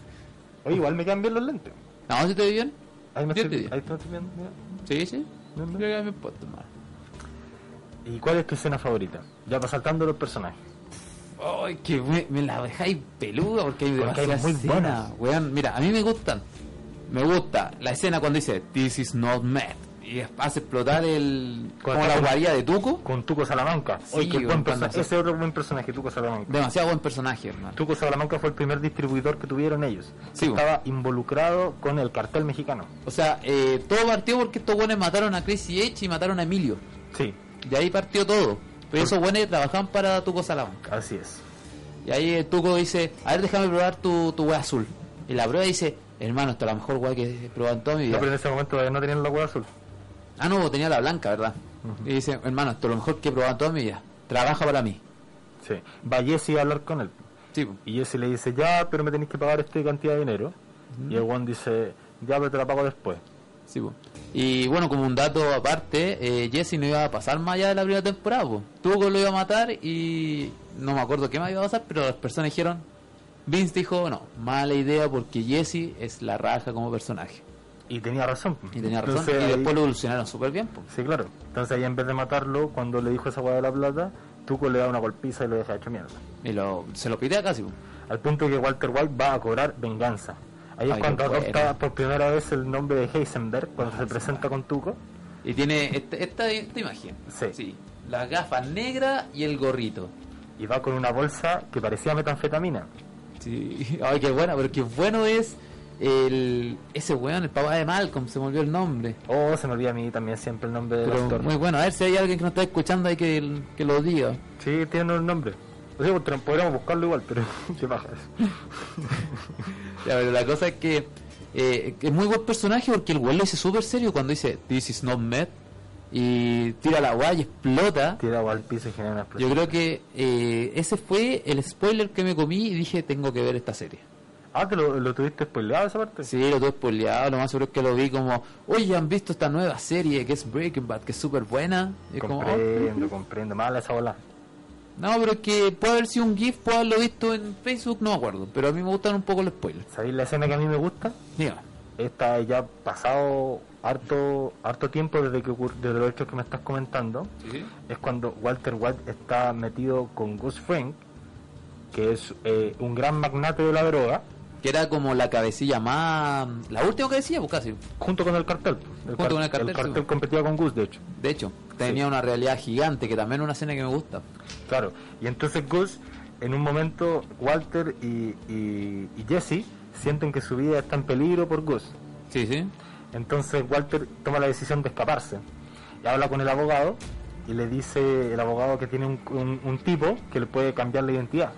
Speaker 2: Oye, igual me cambian los lentes.
Speaker 1: No, si te vi bien.
Speaker 2: Ahí me
Speaker 1: Yo
Speaker 2: estoy,
Speaker 1: te-
Speaker 2: ahí te estoy viendo. mira.
Speaker 1: Sí, sí.
Speaker 2: No,
Speaker 1: Yo
Speaker 2: no.
Speaker 1: creo que me puedo tomar.
Speaker 2: ¿Y cuál es tu escena favorita? Ya pues, saltando los personajes.
Speaker 1: Ay, que me, me la dejáis peluda porque hay
Speaker 2: Porque hay
Speaker 1: demasiadas
Speaker 2: muy
Speaker 1: escenas, weón. Mira, a mí me gustan. Me gusta la escena cuando dice This is not met. Y hace explotar el.
Speaker 2: Cuando
Speaker 1: como
Speaker 2: está
Speaker 1: la
Speaker 2: con-
Speaker 1: guarida de Tuco.
Speaker 2: Con Tuco Salamanca.
Speaker 1: Sí,
Speaker 2: Oye, qué buen
Speaker 1: weón,
Speaker 2: personaje.
Speaker 1: cuando-
Speaker 2: Ese es otro buen personaje, Tuco Salamanca.
Speaker 1: Demasiado buen personaje, hermano.
Speaker 2: Tuco Salamanca fue el primer distribuidor que tuvieron ellos.
Speaker 1: Sí, weón.
Speaker 2: Estaba involucrado con el cartel mexicano.
Speaker 1: O sea, eh, todo partió porque estos buenos mataron a Chris y Edge y mataron a Emilio.
Speaker 2: Sí,
Speaker 1: De ahí partió todo. Pero esos buenos trabajaban para Tuco Salamanca.
Speaker 2: así es.
Speaker 1: eh, Y ahí el Tuco dice, a ver, déjame probar tu, tu wea azul. Y la prueba dice, Hermano, esta es la mejor weá que he probado en toda mi vida.
Speaker 2: No, pero en ese momento todavía no tenían la hueá azul.
Speaker 1: Ah, no, tenía la blanca, ¿verdad? Y dice, hermano, esto es lo mejor que he probado en toda mi vida. Trabaja para mí.
Speaker 2: Sí. Va Jesse a hablar con él.
Speaker 1: Sí, po.
Speaker 2: Y Jesse le dice, ya, pero me tenéis que pagar esta cantidad de dinero. Y el Juan dice, ya, pero te la pago después.
Speaker 1: sí, po. Y bueno, como un dato aparte, eh, Jesse no iba a pasar más allá de la primera temporada. Po. Tuco lo iba a matar y no me acuerdo qué más iba a pasar, pero las personas dijeron, Vince dijo, no, mala idea porque Jesse es la raja como personaje.
Speaker 2: Y tenía razón.
Speaker 1: Y tenía razón.
Speaker 2: Entonces,
Speaker 1: y
Speaker 2: ahí-
Speaker 1: después lo evolucionaron súper bien. po.
Speaker 2: Sí, claro. Entonces ahí en vez de matarlo, cuando le dijo esa hueá de la plata, Tuco le da una golpiza y lo deja hecho mierda.
Speaker 1: Y lo, se lo pide casi. po.
Speaker 2: Al punto que Walter White va a cobrar venganza. Ahí es
Speaker 1: Ay,
Speaker 2: cuando
Speaker 1: qué bueno.
Speaker 2: adopta por primera vez el nombre de Heisenberg, cuando se presenta con Tuco.
Speaker 1: Y tiene este- esta, esta imagen.
Speaker 2: Sí.
Speaker 1: Las gafas negras y el gorrito.
Speaker 2: Y va con una bolsa que parecía metanfetamina.
Speaker 1: Sí. Ay, qué buena, pero qué bueno es el ese weón, el papá de Malcolm, se me olvidó el nombre.
Speaker 2: Oh, se me olvida a mí también siempre el nombre del
Speaker 1: Pero
Speaker 2: actor.
Speaker 1: muy bueno, a ver si hay alguien que nos está escuchando ahí que, que lo diga.
Speaker 2: Sí, tiene un nombre. O sea, podr- podríamos buscarlo igual, pero qué bajas.
Speaker 1: Ya, pero la cosa es que eh, que es muy buen personaje porque el weón lo dice súper serio cuando dice This is not met y tira la guay y explota.
Speaker 2: Tira agua al piso y genera una
Speaker 1: Yo
Speaker 2: explosión.
Speaker 1: creo que eh, ese fue el spoiler que me comí y dije tengo que ver esta serie.
Speaker 2: Ah, ¿te lo, lo tuviste spoileado esa parte?
Speaker 1: Sí, lo tuve spoileado, lo más seguro es que lo vi como, oye, ¿han visto esta nueva serie que es Breaking Bad, que es súper buena? Y es como, "Oh".
Speaker 2: Comprendo, comprendo. Mala esa bola.
Speaker 1: No, pero es que puede haber sido un GIF, puede haberlo visto en Facebook, no me acuerdo. Pero a mí me gustan un poco los spoilers.
Speaker 2: ¿Sabéis la escena que a mí me gusta?
Speaker 1: Diga.
Speaker 2: Está ya pasado harto harto tiempo desde que ocur- desde los hechos que me estás comentando. Es cuando Walter White está metido con Gus Frank, que es eh, un gran magnate de la droga,
Speaker 1: Que era como la cabecilla más... La última cabecilla, pues casi.
Speaker 2: junto con el cartel. El,
Speaker 1: Junto con el cartel,
Speaker 2: el
Speaker 1: sí,
Speaker 2: cartel
Speaker 1: bueno.
Speaker 2: competía con Gus, de hecho.
Speaker 1: De hecho, tenía una realidad gigante, que también es una escena que me gusta.
Speaker 2: Claro, y entonces Gus, en un momento, Walter y, y- y Jesse sienten que su vida está en peligro por Gus.
Speaker 1: Sí, sí.
Speaker 2: Entonces Walter toma la decisión de escaparse. Y habla con el abogado y le dice el abogado que tiene un, un- un tipo que le puede cambiar la identidad.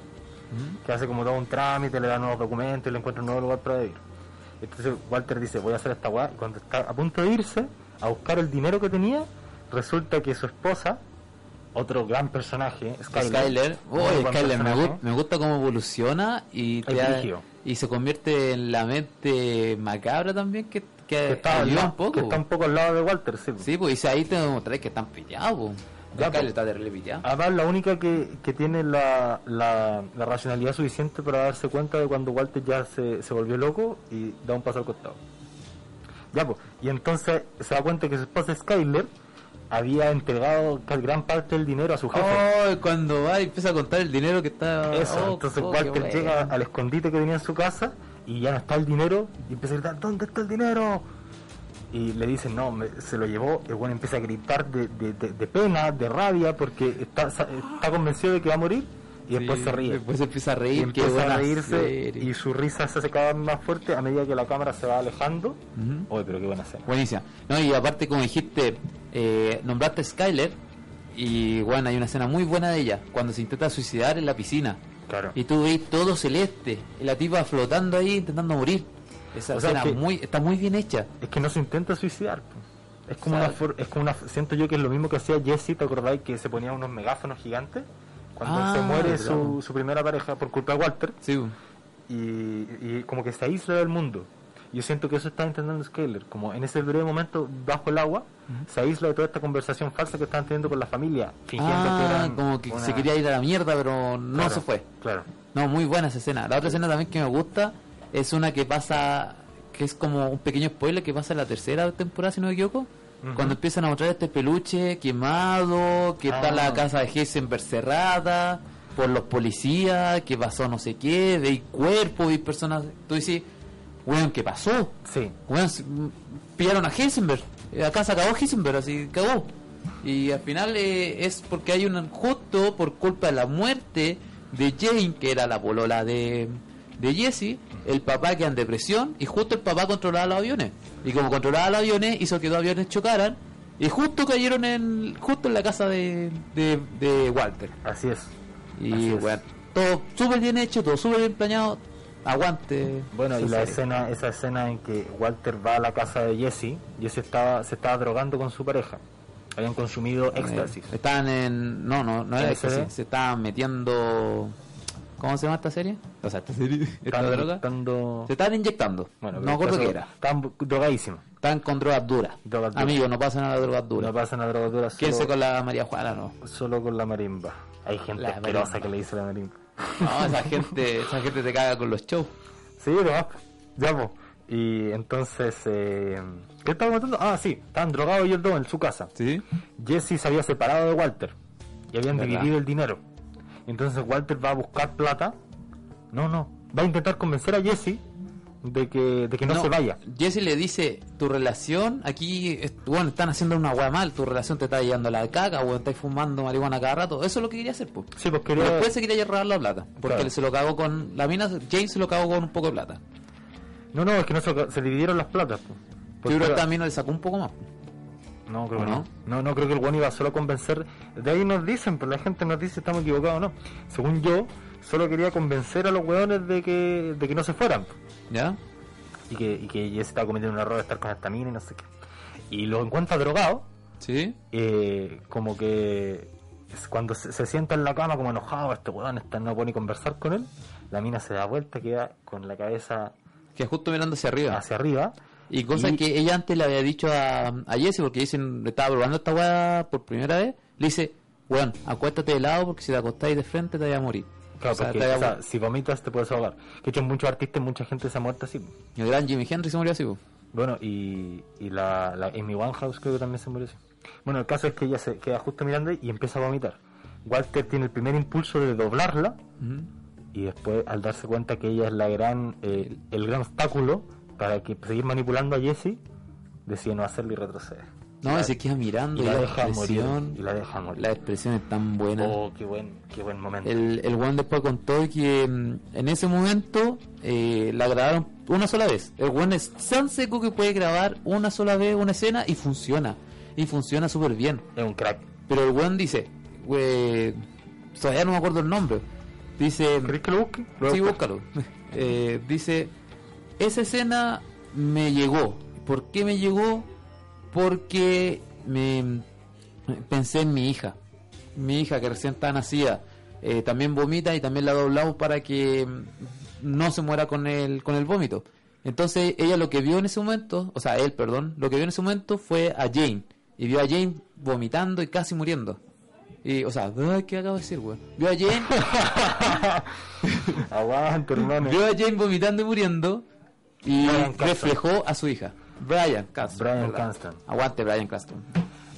Speaker 2: Que hace como todo un trámite, le da nuevos documentos y le encuentra un nuevo lugar para vivir. Entonces Walter dice, voy a hacer esta weá. Y Cuando está a punto de irse a buscar el dinero que tenía, resulta que su esposa, otro gran personaje, Skyler.
Speaker 1: Skyler.
Speaker 2: muy
Speaker 1: Oye,
Speaker 2: buen
Speaker 1: Skyler, me,
Speaker 2: personaje,
Speaker 1: gu- me gusta cómo evoluciona y, te
Speaker 2: Es
Speaker 1: da-
Speaker 2: brígido.
Speaker 1: y se convierte en la mente macabra también, que, que,
Speaker 2: que está, al
Speaker 1: ayuda
Speaker 2: lado-
Speaker 1: Eh, un poco. pues.
Speaker 2: que está un poco al lado de Walter, sí.
Speaker 1: Sí, pues y si ahí te demostré que están pillados.
Speaker 2: Ya,
Speaker 1: Ya,
Speaker 2: pues.
Speaker 1: Skyler está terrible pillado.
Speaker 2: Además, la única que, que tiene la, la, la racionalidad suficiente para darse cuenta de cuando Walter ya se, se volvió loco y da un paso al costado. Ya, pues. Y entonces se da cuenta que su esposa Skyler había entregado ca- gran parte del dinero a su jefe.
Speaker 1: Oh, cuando va y empieza a contar el dinero que está.
Speaker 2: Eso.
Speaker 1: Oh,
Speaker 2: entonces
Speaker 1: oh,
Speaker 2: Walter
Speaker 1: qué bueno.
Speaker 2: llega al escondite que tenía en su casa y ya no está el dinero y empieza a gritar, ¿dónde está el dinero? Y le dicen, no, me- se lo llevó. El bueno empieza a gritar de, de- de- de pena, de rabia, porque está, sa- está convencido de que va a morir y después
Speaker 1: Sí,
Speaker 2: se ríe.
Speaker 1: Después se empieza a
Speaker 2: y
Speaker 1: reír. qué
Speaker 2: empieza
Speaker 1: buena
Speaker 2: a reírse
Speaker 1: serie.
Speaker 2: y su risa se hace cada vez más fuerte a medida que la cámara se va alejando. Oye, pero qué buena escena.
Speaker 1: Buenísima. No, y aparte, como dijiste, eh, nombraste a Skyler. Y bueno, hay una escena muy buena de ella. Cuando se intenta suicidar en la piscina.
Speaker 2: Claro.
Speaker 1: Y tú ves todo celeste. Y la tipa flotando ahí intentando morir. Esa
Speaker 2: O sea,
Speaker 1: escena
Speaker 2: que-
Speaker 1: muy, está muy bien hecha.
Speaker 2: Es que no se intenta suicidar. po. Es como, una
Speaker 1: ¿Sabe?
Speaker 2: for- es como una. Siento yo que es lo mismo que hacía Jesse, ¿te acordáis que se ponía unos megáfonos gigantes? Cuando
Speaker 1: Ah,
Speaker 2: se muere
Speaker 1: verdad,
Speaker 2: su, su primera pareja por culpa de Walter
Speaker 1: Sí,
Speaker 2: y, y como que se aísla del mundo. Yo siento que eso está intentando Skyler, como en ese breve momento bajo el agua, se aísla de toda esta conversación falsa que estaban teniendo con la familia, fingiendo que
Speaker 1: Ah,
Speaker 2: eran
Speaker 1: como que
Speaker 2: una-
Speaker 1: se quería ir a la mierda, pero no
Speaker 2: Claro,
Speaker 1: se fue.
Speaker 2: Claro.
Speaker 1: No, muy buena esa escena. La otra escena también que me gusta es una que pasa, que es como un pequeño spoiler que pasa en la tercera temporada, si no me equivoco.
Speaker 2: Ujú.
Speaker 1: Cuando empiezan a mostrar este peluche quemado, que está
Speaker 2: Ah.
Speaker 1: la casa de Heisenberg cerrada, por los policías, que pasó no sé qué, veis cuerpos, veis personas. Tú dices, weón, ¿qué pasó?
Speaker 2: Sí,
Speaker 1: Weón, se- mm, pillaron a Heisenberg. Eh, Acá se acabó Heisenberg, así acabó. Y al final eh, es porque hay un justo por culpa de la muerte de Jane, que era la polola de, de Jesse, el papá queda en depresión y justo el papá controlaba los aviones. Y como controlaba los aviones, hizo que dos aviones chocaran y justo cayeron en justo en la casa de, de, de Walter.
Speaker 2: así es.
Speaker 1: Y
Speaker 2: Así es.
Speaker 1: bueno, todo súper bien hecho, todo súper bien planeado. aguante.
Speaker 2: Bueno, y
Speaker 1: se
Speaker 2: la
Speaker 1: sale.
Speaker 2: escena, esa escena en que Walter va a la casa de Jesse, Jesse estaba, se estaba drogando con su pareja. Habían consumido éxtasis.
Speaker 1: Eh, Estaban en. No, no, no era
Speaker 2: ¿LSD?
Speaker 1: éxtasis. Se estaban metiendo. ¿Cómo se llama esta serie? O sea, esta serie. Esta
Speaker 2: Estaban
Speaker 1: droga.
Speaker 2: buscando-
Speaker 1: Se estaban inyectando.
Speaker 2: Bueno,
Speaker 1: no me acuerdo qué era.
Speaker 2: Estaban bu- drogadísimos.
Speaker 1: Estaban con drogas duras.
Speaker 2: Drogas duras.
Speaker 1: Amigo, no pasan a las drogas
Speaker 2: No
Speaker 1: duras.
Speaker 2: pasan a drogadura
Speaker 1: Quédense
Speaker 2: solo,
Speaker 1: con la María Juana, no.
Speaker 2: solo con la marimba. Hay gente
Speaker 1: La
Speaker 2: asquerosa
Speaker 1: marimba.
Speaker 2: que le dice la marimba.
Speaker 1: No, esa gente, esa gente te caga con los shows.
Speaker 2: Sí, nomás. Ya, po. Y entonces, eh, ¿qué estaba contando? Ah, sí, estaban drogados ellos dos en su casa.
Speaker 1: Sí.
Speaker 2: Jesse se había separado de Walter y habían
Speaker 1: ¿Verdad?
Speaker 2: dividido el dinero. Entonces Walter va a buscar plata. No, no, va a intentar convencer a Jesse de que, de que no, se vaya.
Speaker 1: Jesse le dice, tu relación, aquí, es- bueno, están haciendo una hueá mal, tu relación te está llevando a la caca, o estás fumando marihuana cada rato. Eso es lo que quería hacer, pues.
Speaker 2: Sí, pues
Speaker 1: Pero
Speaker 2: quería.
Speaker 1: después se quería robar la plata, porque
Speaker 2: Claro.
Speaker 1: se lo cagó con... La mina, James se lo cagó con un poco de plata.
Speaker 2: No, no, es que no se, se dividieron las platas. po.
Speaker 1: Yo
Speaker 2: Porque
Speaker 1: creo que
Speaker 2: era-
Speaker 1: esta mina le sacó un poco más.
Speaker 2: No, creo que
Speaker 1: ¿O
Speaker 2: no.
Speaker 1: no?
Speaker 2: No, no, creo que el guano iba solo a convencer. De ahí nos dicen, pero la gente nos dice si estamos equivocados o no. Según yo, solo quería convencer a los weones de que, de que no se fueran. po.
Speaker 1: ¿Ya?
Speaker 2: Y que, y que Jesse estaba cometiendo un error de estar con esta mina y no sé qué. Y lo encuentra drogado.
Speaker 1: ¿Sí?
Speaker 2: eh, como que es cuando se, se sienta en la cama como enojado, este weón está, no puede ni conversar con él, la mina se da vuelta, queda con la cabeza
Speaker 1: Que justo mirando hacia arriba.
Speaker 2: hacia arriba.
Speaker 1: Y cosa
Speaker 2: Y-
Speaker 1: que ella antes le había dicho a, a Jesse, porque Jesse le estaba probando esta weá por primera vez, le dice, weón, acuéstate de lado porque si te acostáis de frente te voy a morir.
Speaker 2: Claro,
Speaker 1: O sea,
Speaker 2: porque,
Speaker 1: te voy a
Speaker 2: o sea,
Speaker 1: morir.
Speaker 2: si vomitas te puedes ahogar. Que de hecho muchos artistas, mucha gente se ha muerto así.
Speaker 1: Y el gran Jimi Henry se murió así, po.
Speaker 2: Bueno, y, y la, la Amy Winehouse creo que también se murió así. Bueno, el caso es que ella se queda justo mirando y empieza a vomitar. Walter tiene el primer impulso de doblarla
Speaker 1: Ujú.
Speaker 2: y después al darse cuenta que ella es la gran eh, el gran obstáculo para que seguir manipulando a Jesse decide no hacerlo y retroceder
Speaker 1: No, y se queda mirando
Speaker 2: y
Speaker 1: y
Speaker 2: la
Speaker 1: la,
Speaker 2: deja morir
Speaker 1: expresión,
Speaker 2: y la deja morir
Speaker 1: la expresión es tan buena.
Speaker 2: oh qué buen qué buen momento
Speaker 1: El, el weón después contó que mm, en ese momento eh, la grabaron una sola vez. El weón es tan seco que puede grabar una sola vez una escena y funciona. Y funciona súper bien.
Speaker 2: es un crack
Speaker 1: Pero el weón dice, we- todavía no me acuerdo el nombre. Dice,
Speaker 2: ¿crees que lo busque? Lo voy a
Speaker 1: sí,
Speaker 2: buscar.
Speaker 1: búscalo. Eh, dice, esa escena me llegó. ¿Por qué me llegó? Porque me eh, pensé en mi hija. Mi hija que recién está nacida. Eh, también vomita y también la doblamos para que mm, no se muera con el, con el vómito. Entonces ella lo que vio en ese momento, o sea, él, perdón, lo que vio en ese momento fue a Jane. Y vio a Jane vomitando y casi muriendo. Y, o sea, ay, ¿qué acabo de decir, güey? Vio a Jane
Speaker 2: aguante hermano
Speaker 1: Vio a Jane vomitando y muriendo y
Speaker 2: Bryan Cranston.
Speaker 1: reflejó a su hija, Brian Cranston.
Speaker 2: Bryan
Speaker 1: ¿verdad?
Speaker 2: Cranston.
Speaker 1: Aguante Brian Cranston.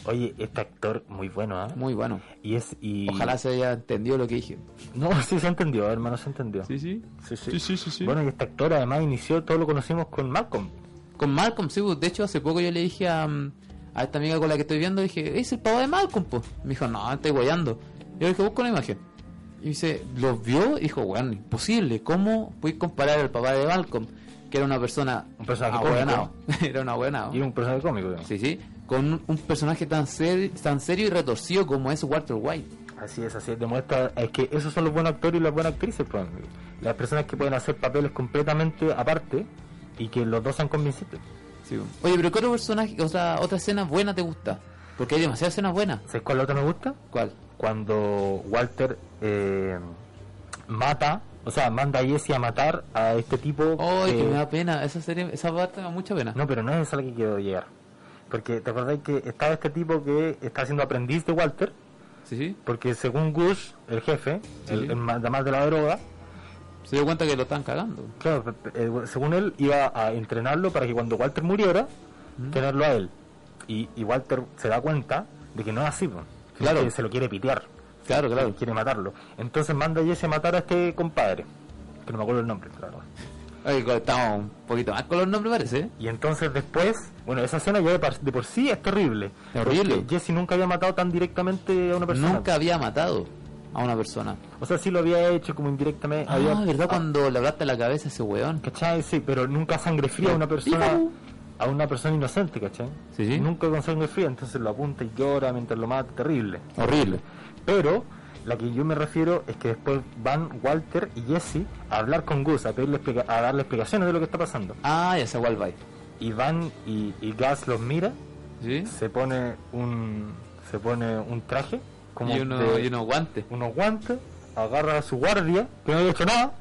Speaker 2: oye este actor muy bueno ¿ah?
Speaker 1: Muy bueno.
Speaker 2: y es y
Speaker 1: Ojalá se haya entendido lo que dije.
Speaker 2: no sí se entendió hermano se entendió
Speaker 1: sí.
Speaker 2: sí, sí.
Speaker 1: Sí, sí, sí, sí.
Speaker 2: bueno y este actor además inició todo lo conocimos con Malcolm
Speaker 1: Con Malcolm, sí, pues, de hecho hace poco yo le dije a, mm, a esta amiga con la que estoy viendo, dije, es el pavo de Malcolm, pues. Me dijo, no, estoy guayando. Yo le dije, busca una imagen. Y dice, ¿los vio? Y dijo, bueno, imposible. ¿Cómo puedes comparar al papá de Malcolm, que era una persona...
Speaker 2: Un personaje
Speaker 1: ahueonado? Era un ahueonado.
Speaker 2: y era un personaje cómico digamos.
Speaker 1: Sí, sí. Con un personaje tan, ser- tan serio y retorcido como es Walter White.
Speaker 2: Así es, así es, demuestra, es que esos son los buenos actores y las buenas actrices, pues, amigo. las personas que pueden hacer papeles completamente aparte y que los dos sean convincentes.
Speaker 1: Oye, pero ¿qué otro personaje, otra, otra escena buena te gusta? Porque hay demasiadas escenas buenas.
Speaker 2: ¿Sabes cuál otra me gusta?
Speaker 1: ¿Cuál?
Speaker 2: Cuando Walter eh, mata, o sea, manda a Jesse a matar a este tipo.
Speaker 1: Ay,
Speaker 2: que-
Speaker 1: que me da pena. Esa serie, esa parte me da mucha pena.
Speaker 2: No, pero no es esa a la que quiero llegar. Porque te acordás que estaba este tipo que está siendo aprendiz de Walter,
Speaker 1: Sí, sí.
Speaker 2: porque según Gus, el jefe,
Speaker 1: Sí.
Speaker 2: el, el ma- además de la droga,
Speaker 1: Se dio cuenta que lo están cagando.
Speaker 2: Claro, pe- pe- eh, bueno, según él iba a entrenarlo para que cuando Walter muriera,
Speaker 1: Mm.
Speaker 2: tenerlo a él. Y, y Walter se da cuenta de que no es así, po. Sino
Speaker 1: Claro.
Speaker 2: que se lo quiere pitear,
Speaker 1: Claro, claro.
Speaker 2: quiere matarlo. Entonces manda a Jesse a matar a este compadre, que no me acuerdo el nombre, claro.
Speaker 1: Ay, estamos un poquito más con los nombres, parece. ¿eh?
Speaker 2: Y entonces después, bueno, esa escena ya de, par- de por sí es terrible.
Speaker 1: Es horrible.
Speaker 2: Porque Jesse nunca había matado tan directamente a una persona.
Speaker 1: Nunca había matado a una persona.
Speaker 2: O sea, sí lo había hecho como indirectamente.
Speaker 1: Ah,
Speaker 2: había-
Speaker 1: ¿verdad?
Speaker 2: ah,
Speaker 1: Cuando le hablaste la cabeza a ese weón.
Speaker 2: ¿Cachai? Sí, pero nunca sangre fría a una persona
Speaker 1: Pícaro.
Speaker 2: a una persona inocente, ¿cachai?
Speaker 1: Sí, sí.
Speaker 2: Nunca con sangre fría, entonces lo apunta y llora mientras lo mata, terrible.
Speaker 1: Horrible.
Speaker 2: Pero La que yo me refiero es que después van Walter y Jesse a hablar con Gus, a, pedirle explica- a darle explicaciones de lo que está pasando.
Speaker 1: Ah, ya sé cuál va.
Speaker 2: Y van y, y Gus los mira,
Speaker 1: ¿Sí?
Speaker 2: se pone un se pone un traje, como
Speaker 1: Y uno,
Speaker 2: de-
Speaker 1: y uno guante.
Speaker 2: unos guantes, agarra a su guardia, que no había hecho nada,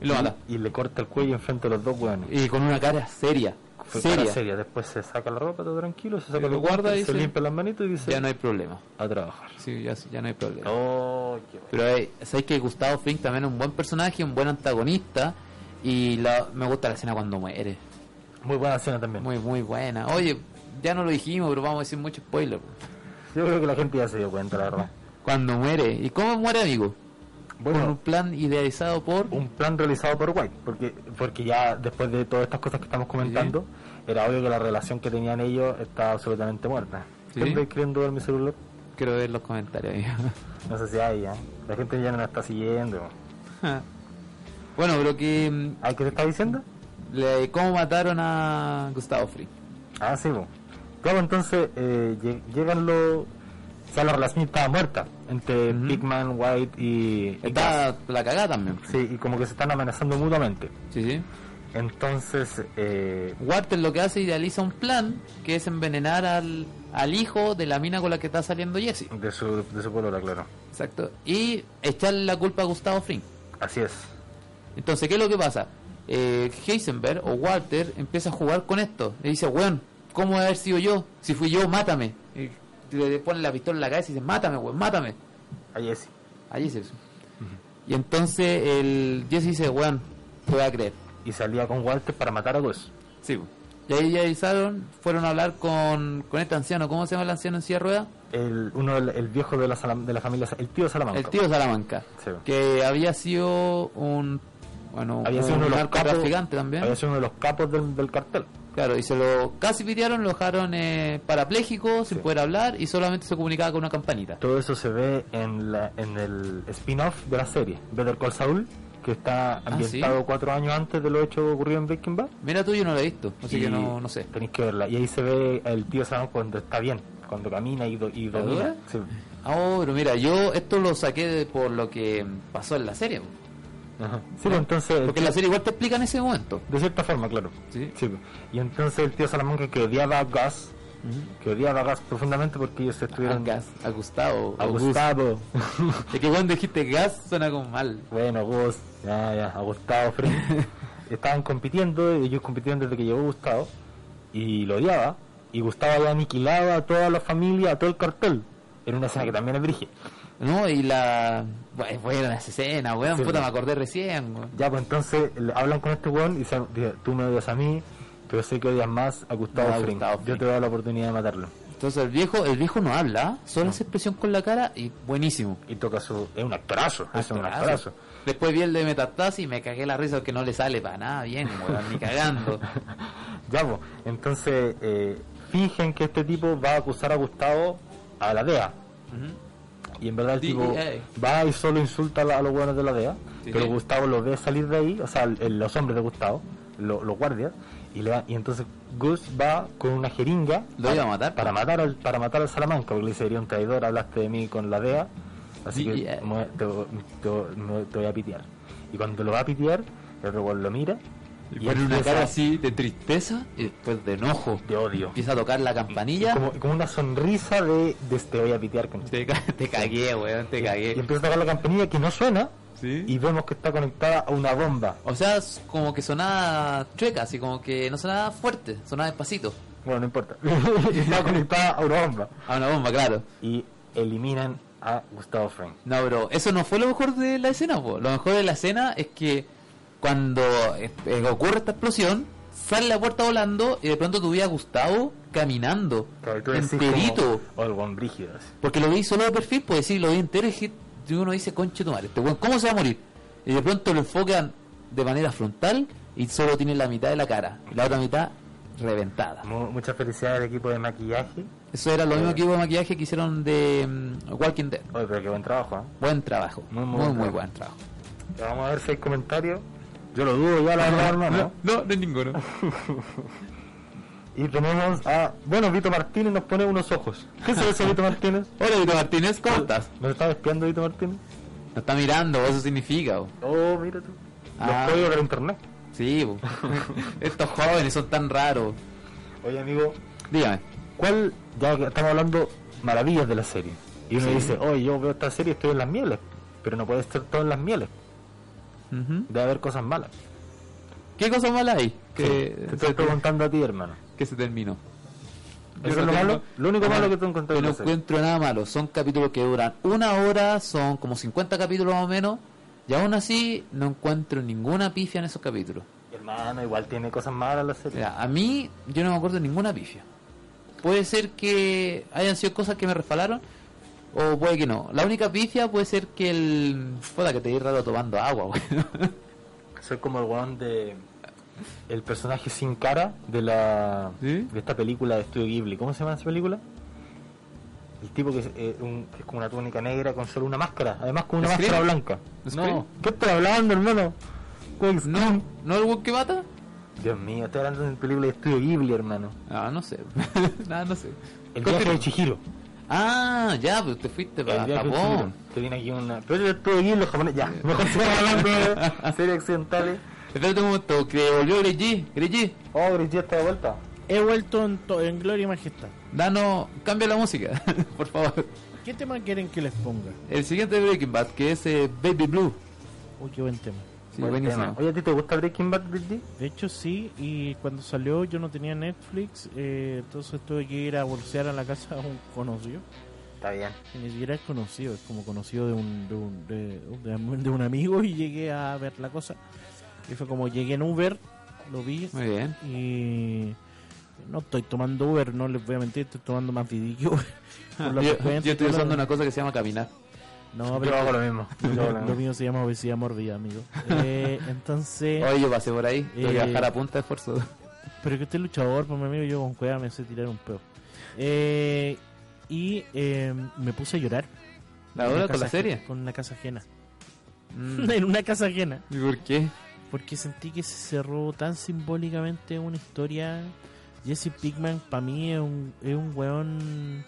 Speaker 1: Y lo mata.
Speaker 2: y le corta el cuello enfrente de los dos hueones.
Speaker 1: Y con una cara seria.
Speaker 2: Fue cara
Speaker 1: Seria.
Speaker 2: seria. Después se saca la ropa, todo tranquilo, se saca
Speaker 1: Y lo
Speaker 2: los
Speaker 1: guarda
Speaker 2: guarda
Speaker 1: y
Speaker 2: se
Speaker 1: se-
Speaker 2: limpia las manitos y dice,
Speaker 1: Ya no hay problema.
Speaker 2: a trabajar.
Speaker 1: Sí, ya, ya no hay problema.
Speaker 2: Oh, qué bueno.
Speaker 1: Pero eh, sabéis que Gustavo Fring también es un buen personaje, un buen antagonista. Y la- me gusta la escena cuando muere.
Speaker 2: Muy buena escena también.
Speaker 1: Muy, muy buena. Oye, ya no lo dijimos, pero vamos a decir mucho spoiler.
Speaker 2: Yo creo que la gente ya se dio cuenta, la verdad.
Speaker 1: Cuando muere. ¿Y cómo muere, amigo? Con un
Speaker 2: Bueno,
Speaker 1: plan idealizado por...
Speaker 2: un plan realizado por White, porque, porque ya después de todas estas cosas que estamos comentando, era obvio que la relación que tenían ellos estaba absolutamente muerta.
Speaker 1: Sí.
Speaker 2: ¿Quién está escribiendo en mi celular?
Speaker 1: Quiero ver los comentarios, amigo.
Speaker 2: No sé si hay, ¿eh? La gente ya no la está siguiendo.
Speaker 1: bueno, pero que... mm,
Speaker 2: ¿Hay que te está diciendo?
Speaker 1: le- ¿Cómo mataron a Gustavo Fring?
Speaker 2: Ah, sí, bo. Claro, entonces eh, lle- llegan los... O sea, la relación estaba muerta entre
Speaker 1: Ujú.
Speaker 2: Pigman, White y... y Gas.
Speaker 1: Está la cagada también.
Speaker 2: Sí, y como que se están amenazando mutuamente.
Speaker 1: Sí, sí.
Speaker 2: Entonces, eh,
Speaker 1: Walter lo que hace idealiza un plan que es envenenar al, al hijo de la mina con la que está saliendo Jesse.
Speaker 2: de su, de su polola, claro.
Speaker 1: Exacto. Y echarle la culpa a Gustavo Fring.
Speaker 2: Así es.
Speaker 1: Entonces, ¿qué es lo que pasa? Eh, Heisenberg o Walter empieza a jugar con esto. Le dice, weón, ¿cómo debe haber sido yo? Si fui yo, mátame. Y le ponen la pistola en la cabeza y dice, mátame, weón, mátame.
Speaker 2: A Jesse.
Speaker 1: A Jesse. Y entonces el Jesse dice, weón, te voy a creer.
Speaker 2: Y salía con Walter para matar a Gus.
Speaker 1: Sí. Y ahí ya avisaron, fueron a hablar con, con este anciano. ¿Cómo se llama el anciano en silla de ruedas?
Speaker 2: El, uno, del- el, viejo de la, Salam- de la familia, el tío Salamanca.
Speaker 1: El tío Salamanca,
Speaker 2: Sí.
Speaker 1: que había sido un bueno
Speaker 2: Había
Speaker 1: un
Speaker 2: sido uno de los capos,
Speaker 1: narcotraficante también.
Speaker 2: Había sido uno de los capos del, del cartel.
Speaker 1: Claro, y se lo casi pitearon, lo dejaron eh, parapléjico, sin
Speaker 2: Sí.
Speaker 1: poder hablar y solamente se comunicaba con una campanita.
Speaker 2: Todo eso se ve en, la, en el spin-off de la serie, Better Call Saul, que está ambientado
Speaker 1: Ah, ¿sí?
Speaker 2: cuatro años antes de lo hecho ocurrido en Breaking Bad.
Speaker 1: Mira tú, yo no lo he visto, así
Speaker 2: Y
Speaker 1: que no, no sé.
Speaker 2: Tenéis que verla. Y ahí se ve el tío Salamanca cuando está bien, cuando camina y, do- y
Speaker 1: ¿La
Speaker 2: domina.
Speaker 1: dura?
Speaker 2: Sí.
Speaker 1: Ah, oh, pero mira, yo esto lo saqué de- por lo que pasó en la serie. po.
Speaker 2: Ajá. Sí, pues, entonces...
Speaker 1: Porque la serie igual te explica en ese momento.
Speaker 2: De cierta forma, claro.
Speaker 1: Sí.
Speaker 2: pues. Y entonces el tío Salamanca que odiaba a Gas, que odiaba a Gas profundamente porque ellos
Speaker 1: A,
Speaker 2: estuvieron
Speaker 1: Ah, Gas, a Gustavo.
Speaker 2: a
Speaker 1: o Gus.
Speaker 2: Gustavo.
Speaker 1: Es que cuando dijiste gas suena como mal.
Speaker 2: bueno, Gus, ya, ya, a Gustavo, Fring. Estaban compitiendo, ellos compitieron desde que llegó Gustavo, y lo odiaba, y Gustavo había aniquilado a toda la familia, a todo el cartel. Era una escena que también es virgen.
Speaker 1: No, y la. Bueno, buena esa escena, weón.
Speaker 2: Sí,
Speaker 1: puta,
Speaker 2: sí.
Speaker 1: me acordé recién, weón.
Speaker 2: Ya, pues entonces le hablan con este weón y se, dice, tú me odias a mí, pero sé que odias más a Gustavo,
Speaker 1: No, a
Speaker 2: Fring.
Speaker 1: Gustavo
Speaker 2: Yo
Speaker 1: Fring.
Speaker 2: te doy la oportunidad de matarlo.
Speaker 1: Entonces el viejo, el viejo no habla, ¿ah? solo hace expresión con la cara y buenísimo.
Speaker 2: Y toca su... Es un actorazo, Ah, es un
Speaker 1: Actorazo.
Speaker 2: actorazo.
Speaker 1: Después vi el de Metastasis y me cagué la risa porque no le sale para nada bien, weón, ni cagando.
Speaker 2: Ya, po. entonces eh, fingen que este tipo va a acusar a Gustavo a la DEA. Y en verdad el
Speaker 1: DEA.
Speaker 2: tipo va y solo insulta a, la- a los buenos de la DEA.
Speaker 1: eh, Sí,
Speaker 2: pero
Speaker 1: sí.
Speaker 2: Gustavo lo ve salir de ahí, o sea, el- los hombres de Gustavo, lo- los guardias. Y, le va- y entonces Gus va con una jeringa
Speaker 1: Lo iba a matar.
Speaker 2: para matar al para matar al Salamanca, porque le dice, "Eres un traidor, hablaste de mí con la DEA, así
Speaker 1: DEA.
Speaker 2: que mu- te, te- me- te voy a pitear. Y cuando lo va a pitear, el robot lo mira
Speaker 1: Y pone una
Speaker 2: empieza
Speaker 1: cara así de tristeza y después de enojo.
Speaker 2: de odio.
Speaker 1: Empieza a tocar la campanilla.
Speaker 2: Como, como una sonrisa de, de te voy a pitear con este.
Speaker 1: Te, ca- te cagué, weón, te
Speaker 2: Y
Speaker 1: cagué.
Speaker 2: empieza a tocar la campanilla que no suena
Speaker 1: Sí.
Speaker 2: y vemos que está conectada a una bomba.
Speaker 1: O sea, es como que sonaba chueca, así como que no sonaba fuerte, sonaba despacito.
Speaker 2: Bueno, no importa. está conectada a una bomba.
Speaker 1: A una bomba, claro.
Speaker 2: Y eliminan a Gustavo Frank.
Speaker 1: No, bro, eso no fue lo mejor de la escena, po. Lo mejor de la escena es que cuando eh, eh, ocurre esta explosión, sale la puerta volando y de pronto tú ves a Gustavo caminando, enterito.
Speaker 2: O el buen brígido. así.
Speaker 1: Porque lo vi solo de perfil, pues decir, lo vi entero y dije- y uno dice, conche tu madre, este weón, ¿cómo se va a morir? Y de pronto lo enfocan de manera frontal y solo tiene la mitad de la cara, y la otra mitad reventada.
Speaker 2: Mu- Muchas felicidades al equipo de maquillaje.
Speaker 1: Eso era lo mismo que hubo de maquillaje que hicieron de mm, Walking Dead.
Speaker 2: Oye, pero qué buen trabajo. ¿eh?
Speaker 1: Buen trabajo,
Speaker 2: Muy,
Speaker 1: muy,
Speaker 2: muy
Speaker 1: muy,
Speaker 2: buen trabajo.
Speaker 1: buen trabajo.
Speaker 2: Ya Vamos a ver si hay comentarios. Yo lo dudo ya, la verdad, hermano.
Speaker 1: no, no hay ninguno.
Speaker 2: Y tenemos a. Bueno, Vito Martínez nos pone unos ojos. ¿Qué es eso, Vito Martínez?
Speaker 1: Hola, Vito Martínez, ¿cómo estás?
Speaker 2: ¿Nos está espiando Vito Martínez?
Speaker 1: Nos está mirando, eso significa. bo.
Speaker 2: Oh, mira tú.
Speaker 1: Ah.
Speaker 2: Los códigos del internet.
Speaker 1: Sí, bo. estos jóvenes son tan raros.
Speaker 2: Oye, amigo,
Speaker 1: Dígame.
Speaker 2: ¿cuál? Ya que estamos hablando maravillas de la serie. Y uno dice, oye, yo veo esta serie y estoy en las mieles. Pero no puede estar todo en las mieles.
Speaker 1: Ujú.
Speaker 2: Debe haber cosas malas.
Speaker 1: ¿Qué cosa mala hay?
Speaker 2: Sí,
Speaker 1: Que,
Speaker 2: te
Speaker 1: se,
Speaker 2: estoy preguntando a ti, hermano.
Speaker 1: que se terminó.
Speaker 2: ¿Eso
Speaker 1: Yo no
Speaker 2: es lo,
Speaker 1: tengo-
Speaker 2: malo? lo único
Speaker 1: Ajá.
Speaker 2: malo que tú encontraste.
Speaker 1: Yo
Speaker 2: en
Speaker 1: no
Speaker 2: la serie.
Speaker 1: encuentro nada malo. Son capítulos que duran una hora, son como 50 capítulos más o menos. Y aún así, no encuentro ninguna pifia en esos capítulos.
Speaker 2: Hermano, igual tiene cosas malas la serie.
Speaker 1: Mira, a mí, yo no me acuerdo de ninguna pifia. Puede ser que hayan sido cosas que me resfalaron, o puede que no. La única pifia puede ser que el. Puta, que te di raro tomando agua, güey.
Speaker 2: Soy como el weón de. El personaje sin cara de la.
Speaker 1: ¿Sí?
Speaker 2: De esta película de Estudio Ghibli. ¿Cómo se llama esa película? El tipo que es, eh, un- que es como una túnica negra con solo una máscara. Además, con una
Speaker 1: ¿Scream?
Speaker 2: máscara blanca.
Speaker 1: ¿Scream?
Speaker 2: ¿Qué estás hablando, hermano? ¿Cuál es-
Speaker 1: ¿No? ¿No el weón que mata?
Speaker 2: Dios mío, estoy hablando de una película de Estudio Ghibli, hermano.
Speaker 1: Ah, no sé. Nada, no sé.
Speaker 2: El
Speaker 1: Continúa.
Speaker 2: viaje de Chihiro.
Speaker 1: Ah, ya, pues te fuiste
Speaker 2: El
Speaker 1: para
Speaker 2: viaje de Chihiro.
Speaker 1: Japón.
Speaker 2: Que viene aquí una. Pero es de Estudio Ghibli, los japoneses. Ya, mejor sigamos hablando de series occidentales.
Speaker 1: Espérate un momento, que volvió Grigi. Grigi,
Speaker 2: Oh, Gris, ya está de vuelta.
Speaker 3: He vuelto en, to- en gloria y majestad.
Speaker 1: danos. Cambia la música, por favor.
Speaker 3: ¿Qué tema quieren que les ponga?
Speaker 1: El siguiente Breaking Bad, que es eh, Baby Blue.
Speaker 3: Uy, qué buen tema.
Speaker 1: Sí,
Speaker 2: Buen
Speaker 1: buenísimo.
Speaker 2: tema. Oye, ¿a ti te gusta Breaking Bad, Gris?
Speaker 3: De hecho, sí, y cuando salió yo no tenía Netflix, eh, entonces tuve que ir a bolsear a la casa a un conocido.
Speaker 2: Está bien.
Speaker 3: que Ni siquiera es conocido, es como conocido de un, de un, de, de am- de un amigo y llegué a ver la cosa. Y fue como llegué en Uber, lo vi
Speaker 1: Muy bien.
Speaker 3: y no estoy tomando Uber, no les voy a mentir, estoy tomando más Didi que Uber. Por la
Speaker 1: Ah, Yo,
Speaker 3: frecuencia
Speaker 1: yo
Speaker 3: y
Speaker 1: estoy
Speaker 3: todo lo-
Speaker 1: usando una cosa que se llama caminar.
Speaker 3: No,
Speaker 2: yo
Speaker 3: pero
Speaker 2: hago lo mismo. Yo hago lo
Speaker 3: lo
Speaker 2: mismo.
Speaker 3: mío se llama obesidad mórbida, amigo. Eh, entonces...
Speaker 1: Oye, yo pasé por ahí. Tengo que
Speaker 3: Eh,
Speaker 1: bajar a punta de esfuerzo.
Speaker 3: Pero que usted es luchador, pues mi amigo, yo con cueva me sé tirar un peo. Eh, y eh, me puse a llorar.
Speaker 1: ¿La
Speaker 3: En
Speaker 1: hora
Speaker 3: una
Speaker 1: con la
Speaker 3: casa
Speaker 1: serie?
Speaker 3: aje- Con una casa ajena.
Speaker 1: Mm.
Speaker 3: en una casa ajena.
Speaker 1: ¿Y por qué?
Speaker 3: Porque sentí que se cerró tan simbólicamente una historia. Jesse Pickman para mí es un, es un weón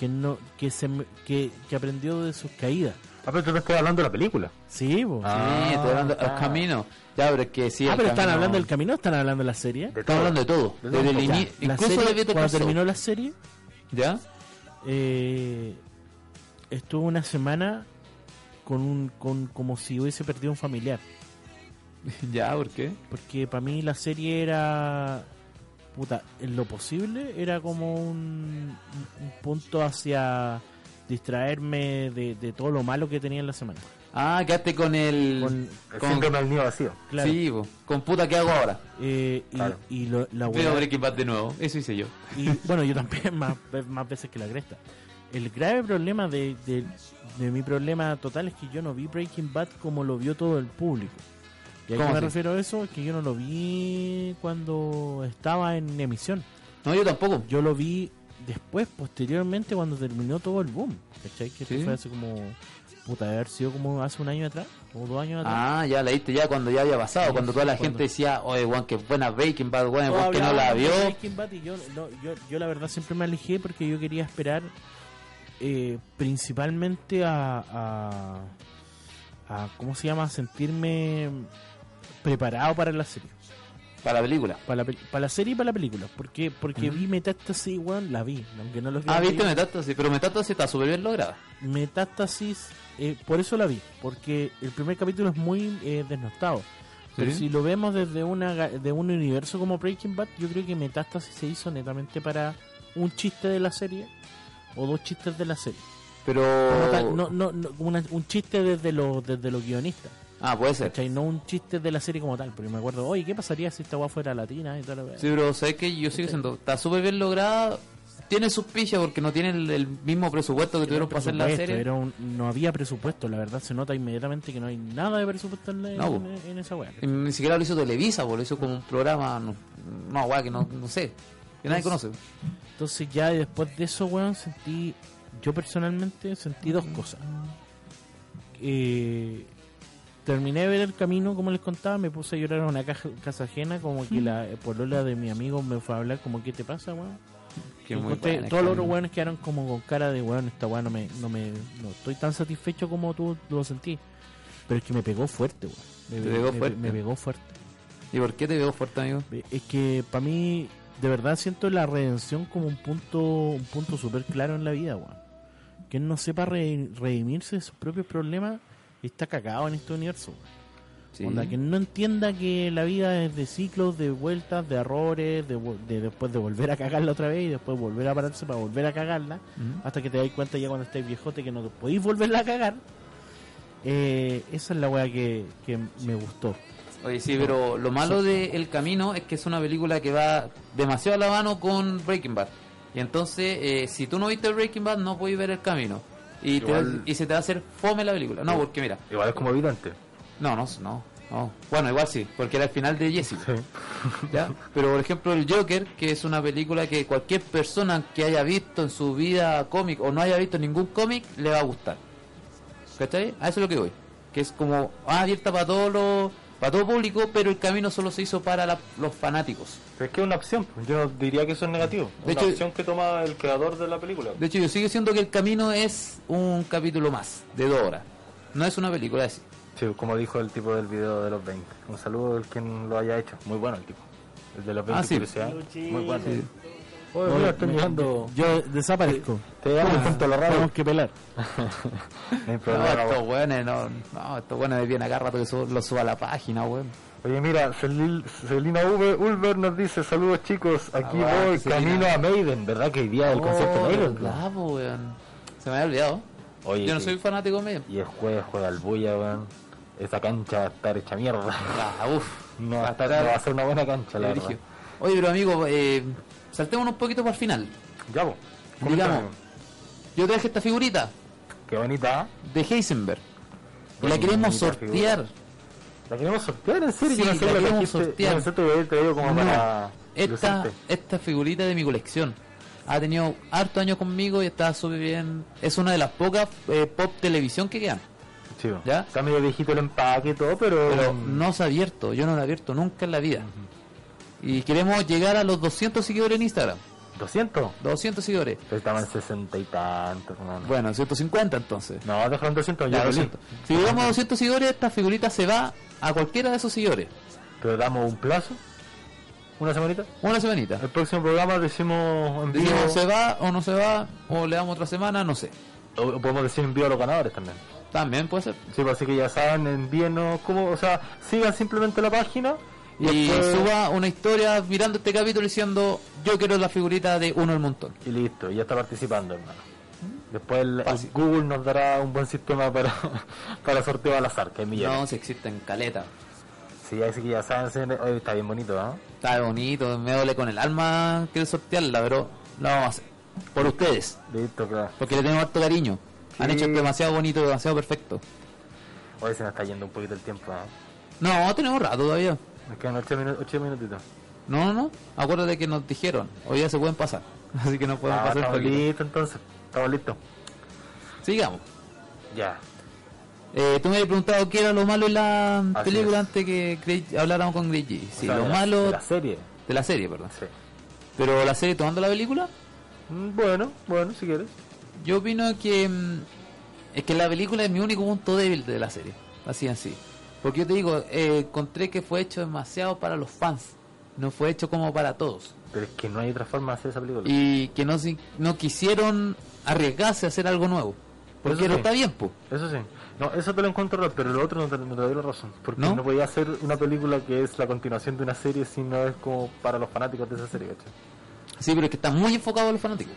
Speaker 3: que no que se me- que, que aprendió de sus caídas.
Speaker 2: Ah, pero tú te estás hablando de la película.
Speaker 3: Sí, po.
Speaker 2: Ah,
Speaker 1: sí, estoy hablando del
Speaker 2: ah.
Speaker 1: camino. Ya, pero es que sí.
Speaker 3: Ah,
Speaker 1: el
Speaker 3: pero están
Speaker 1: camino-
Speaker 3: hablando del camino, están hablando de la serie.
Speaker 2: De
Speaker 1: Estamos hablando de todo.
Speaker 2: De
Speaker 1: Desde
Speaker 2: todo.
Speaker 1: el
Speaker 2: Ya,
Speaker 1: ini-
Speaker 3: La
Speaker 1: Incluso
Speaker 3: serie,
Speaker 1: de Better
Speaker 3: cuando
Speaker 1: Call Saul.
Speaker 3: terminó la serie,
Speaker 1: ¿Ya?
Speaker 3: eh, estuve una semana con un con como si hubiese perdido un familiar
Speaker 1: ¿Ya? ¿Por qué?
Speaker 3: porque para mí la serie era puta en lo posible era como un, un punto hacia distraerme de, de todo lo malo que tenía en la semana
Speaker 1: Ah, quedaste con el...
Speaker 3: Con-
Speaker 2: El
Speaker 1: con-
Speaker 2: síndrome del nido vacío.
Speaker 3: claro
Speaker 1: Sí, po. con puta, ¿qué hago ahora?
Speaker 3: eh, y,
Speaker 2: Claro.
Speaker 3: y lo- la
Speaker 1: Veo
Speaker 3: weá-
Speaker 1: Breaking Bad de nuevo. Eso hice yo.
Speaker 3: Y bueno, yo también más, ve- más veces que la cresta. El grave problema de, de- de mi problema total es que yo no vi Breaking Bad como lo vio todo el público. ¿Y a qué
Speaker 1: ¿Cómo
Speaker 3: me
Speaker 1: así?
Speaker 3: refiero a eso? Que yo no lo vi cuando estaba en emisión.
Speaker 1: No, yo tampoco.
Speaker 3: Yo lo vi después, posteriormente, cuando terminó todo el boom. ¿Cachai? Que esto
Speaker 1: Sí.
Speaker 3: fue hace como... Puta, debe haber sido como hace un año atrás, o dos años atrás.
Speaker 1: Ah, ya leíste ya cuando ya había pasado,
Speaker 3: Sí,
Speaker 1: cuando toda la
Speaker 3: cuando-
Speaker 1: gente decía, oye, Juan, que buena Breaking Bad, Juan,
Speaker 3: Todos
Speaker 1: Juan que Ah, no la
Speaker 3: hablaban de
Speaker 1: vio.
Speaker 3: Breaking Bad y yo, no, yo, yo la verdad siempre me alejé porque yo quería esperar eh, principalmente a, a, a- ¿Cómo se llama? A sentirme preparado para la serie.
Speaker 1: Para la película.
Speaker 3: Para la, pel- para la serie y para la película. Porque, porque vi Metástasis, weón, la vi. Aunque no los
Speaker 1: Ah, viste Metástasis, pero Metástasis está súper bien lograda.
Speaker 3: Metástasis, eh, por eso la vi. Porque el primer capítulo es muy eh, desnostado. Pero
Speaker 1: Sí.
Speaker 3: si lo vemos desde una ga- de un universo como Breaking Bad, yo creo que Metástasis se hizo netamente para un chiste de la serie o dos chistes de la serie.
Speaker 1: Pero...
Speaker 3: Como tal, no, no, no, como una- un chiste desde los desde los guionistas,
Speaker 1: Ah, puede ser.
Speaker 3: ¿cachai? No un chiste de la serie como tal, pero yo me acuerdo, oye, ¿qué pasaría si esta weá fuera latina? Y tal,
Speaker 1: Sí, pero sabes que yo sigo siendo, está súper bien lograda, tiene sus pillas porque no tiene el, el mismo presupuesto que tuvieron para hacer la serie.
Speaker 3: Era un- no había presupuesto, la verdad se nota inmediatamente que no hay nada de presupuesto en, la-
Speaker 1: No,
Speaker 3: en-
Speaker 1: po.
Speaker 3: en esa weá.
Speaker 1: Y Ni siquiera lo hizo Televisa, bo, lo hizo como un programa, no, no guay, que no, no sé, que nadie conoce.
Speaker 3: Entonces ya después de eso, weón, sentí, yo personalmente sentí dos cosas. Eh, terminé de ver el camino, como les contaba, me puse a llorar en una caja- casa ajena, como que la polola de mi amigo me fue a hablar, como, ¿qué te pasa, weón?
Speaker 1: Que
Speaker 3: Y
Speaker 1: muy
Speaker 3: encontré-
Speaker 1: buena,
Speaker 3: todos los otros
Speaker 1: Carmen.
Speaker 3: weones quedaron como con cara de weón, esta weón no me, no me no estoy tan satisfecho como tú lo sentí. Pero es que me pegó fuerte, weón. Me,
Speaker 1: Te
Speaker 3: pe-
Speaker 1: pegó
Speaker 3: me-
Speaker 1: fuerte.
Speaker 3: me pegó fuerte.
Speaker 1: ¿Y por qué te veo fuerte, amigo?
Speaker 3: Eh, Es que para mí, de verdad siento la redención como un punto, un punto súper claro en la vida, weón. Que no sepa re- redimirse de sus propios problemas está cagado en este universo, weón.
Speaker 1: Sí.
Speaker 3: Onda, que no entienda que la vida es de ciclos, de vueltas, de errores, de, vo- de después de volver a cagarla otra vez y después volver a pararse para volver a cagarla,
Speaker 1: Ujú.
Speaker 3: hasta que te dais cuenta ya cuando estáis viejote que no te podéis volverla a cagar. Eh, esa es la weá que, que me gustó.
Speaker 1: Oye, sí, pero lo malo de El Camino es que es una película que va demasiado a la mano con Breaking Bad. Y entonces, eh, si tú no viste Breaking Bad, no puedes ver El Camino. Y, te va-
Speaker 2: Igual-
Speaker 1: y se te va a hacer fome la película. No, porque mira,
Speaker 2: Igual es como evidente.
Speaker 1: no, no, no. no. Bueno, igual sí, porque era el final de Jesse. ¿ya? Pero por ejemplo, El Joker, que es una película que cualquier persona que haya visto en su vida cómic o no haya visto ningún cómic, le va a gustar. ¿Cachai? A eso es lo que voy. Que es como ah, abierta para todo, lo, para todo público, pero el camino solo se hizo para la- los fanáticos.
Speaker 2: Pero es que es una opción, pues, yo no diría que eso es negativo. Es
Speaker 1: De
Speaker 2: una
Speaker 1: hecho-
Speaker 2: opción que toma el creador de la película.
Speaker 1: De hecho, yo sigo siendo que el camino es un capítulo más, de dos horas. No es una película así.
Speaker 2: Sí, como dijo el tipo del video de los 20. Un saludo al quien lo haya hecho. Muy bueno el tipo. El de los 20
Speaker 1: Ah, sí.
Speaker 2: curiosidades. Muy bueno. Oye,
Speaker 3: Oye,
Speaker 2: mira, estoy
Speaker 3: me-
Speaker 2: llegando.
Speaker 3: Yo desaparezco.
Speaker 2: Te damos junto a la radio.
Speaker 3: Tenemos que pelar.
Speaker 2: No hay
Speaker 1: No,
Speaker 2: problema,
Speaker 1: estos
Speaker 2: weón.
Speaker 1: buenos, no, no, estos buenos de bien acá rato que su- lo suba a la página, weón.
Speaker 2: Oye, mira, Celil- Celina V, Ulver nos dice: Saludos chicos, aquí
Speaker 1: Ah,
Speaker 2: voy,
Speaker 1: Celina.
Speaker 2: camino a Maiden. ¿Verdad que hoy día el concierto
Speaker 1: Oh,
Speaker 2: de Maiden?
Speaker 1: verdad, po, weón. Se me había olvidado.
Speaker 2: Oye,
Speaker 1: Yo no
Speaker 2: sí.
Speaker 1: soy fanático medio.
Speaker 2: Y el jueves juega al bulla, weón. Esa cancha va a estar hecha mierda.
Speaker 1: Ah, uff.
Speaker 2: No va a, estar, no va a ser una buena cancha, la verdad.
Speaker 1: Oye, pero amigo, eh, saltémonos un poquito para el final.
Speaker 2: Ya, po.
Speaker 1: Digamos.
Speaker 2: Coméntame.
Speaker 1: Yo traje esta figurita
Speaker 2: Qué bonita, ¿eh?
Speaker 1: de Heisenberg. Y la
Speaker 2: Bonita
Speaker 1: queremos sortear.
Speaker 2: ¿La queremos sortear? ¿En serio?
Speaker 1: Sí,
Speaker 2: Yo no sé
Speaker 1: la
Speaker 2: que
Speaker 1: queremos
Speaker 2: trajiste.
Speaker 1: sortear.
Speaker 2: Yo no sé, te hubiera traído como
Speaker 1: No,
Speaker 2: para...
Speaker 1: esta,
Speaker 2: lucirte.
Speaker 1: esta figurita de mi colección. Ha tenido harto años conmigo y está súper bien. Es una de las pocas eh, pop televisión que quedan.
Speaker 2: Sí, po.
Speaker 1: ¿Ya?
Speaker 2: Está medio viejito el empaque y todo, pero...
Speaker 1: pero no se ha abierto, yo no lo he abierto nunca en la vida. Y queremos llegar a los 200 seguidores en Instagram,
Speaker 2: 200.
Speaker 1: 200 seguidores.
Speaker 2: Pero Estaban en 60 y tantos. No, no.
Speaker 1: Bueno, 150 entonces.
Speaker 2: no déjalo en 200.
Speaker 1: Ya,
Speaker 2: Ya,
Speaker 1: 200. Si llegamos a 200 seguidores, esta figurita se va a cualquiera de esos seguidores.
Speaker 2: Pero damos un plazo. Una semanita.
Speaker 1: Una semanita.
Speaker 2: El próximo programa decimos en vivo...
Speaker 1: Decimos se va o no se va, o le damos otra semana, no sé.
Speaker 2: O o podemos decir en vivo a los ganadores también.
Speaker 1: También puede ser.
Speaker 2: Sí, pues, así que ya saben, envíenos como, o sea, sigan simplemente la página
Speaker 1: Y
Speaker 2: después-
Speaker 1: suba una historia mirando este capítulo diciendo yo quiero la figurita de uno al montón.
Speaker 2: y listo, ya está participando, hermano. Después el, el
Speaker 1: ¿Mm? Fácil.
Speaker 2: Google nos dará un buen sistema para, para sorteo al azar, que es millones.
Speaker 1: No, si existen caleta.
Speaker 2: Sí, así que ya saben, señores, oye, está bien bonito, ¿ah?
Speaker 1: Está bonito, me duele con el alma que sortearla, pero la vamos a hacer. Por ustedes,
Speaker 2: Listo, claro.
Speaker 1: porque le tenemos harto cariño. Han
Speaker 2: Sí.
Speaker 1: hecho esto demasiado bonito, demasiado perfecto.
Speaker 2: Hoy se nos está yendo un poquito el tiempo, ¿ah?
Speaker 1: No, tenemos rato todavía.
Speaker 2: Nos quedan 8, minutitos.
Speaker 1: No, no, no. Acuérdate que nos dijeron, hoy ya se pueden pasar. Así que no podemos
Speaker 2: Ah,
Speaker 1: pasar un
Speaker 2: estamos
Speaker 1: poquito.
Speaker 2: listos entonces, estamos listos.
Speaker 1: Sigamos.
Speaker 2: Ya.
Speaker 1: Eh, tú me habías preguntado qué era lo malo en la
Speaker 2: Así
Speaker 1: película
Speaker 2: es.
Speaker 1: antes que Craig- habláramos con Grey G. Sí,
Speaker 2: O sea,
Speaker 1: lo
Speaker 2: de la-
Speaker 1: malo
Speaker 2: de la serie.
Speaker 1: de la serie, perdón.
Speaker 2: Sí.
Speaker 1: Pero la serie tomando la película,
Speaker 2: Mm, Bueno, bueno, si quieres.
Speaker 1: Yo opino que mm, es que la película es mi único punto débil de la serie, así en sí. Porque yo te digo, eh, encontré que fue hecho demasiado para los fans, no fue hecho como para todos.
Speaker 2: Pero es que no hay otra forma de hacer esa película.
Speaker 1: Y que no, se- no quisieron arriesgarse a hacer algo nuevo. Porque
Speaker 2: Eso
Speaker 1: no
Speaker 2: sí.
Speaker 1: está bien, pues.
Speaker 2: Eso sí. No, eso te lo encuentro raro, pero lo otro no te, no te doy la razón. Porque
Speaker 1: ¿No?
Speaker 2: ¿No? podía hacer una película que es la continuación de una serie si no es como para los fanáticos de esa serie, ¿cachai?
Speaker 1: Sí, pero es que está muy enfocado a los fanáticos.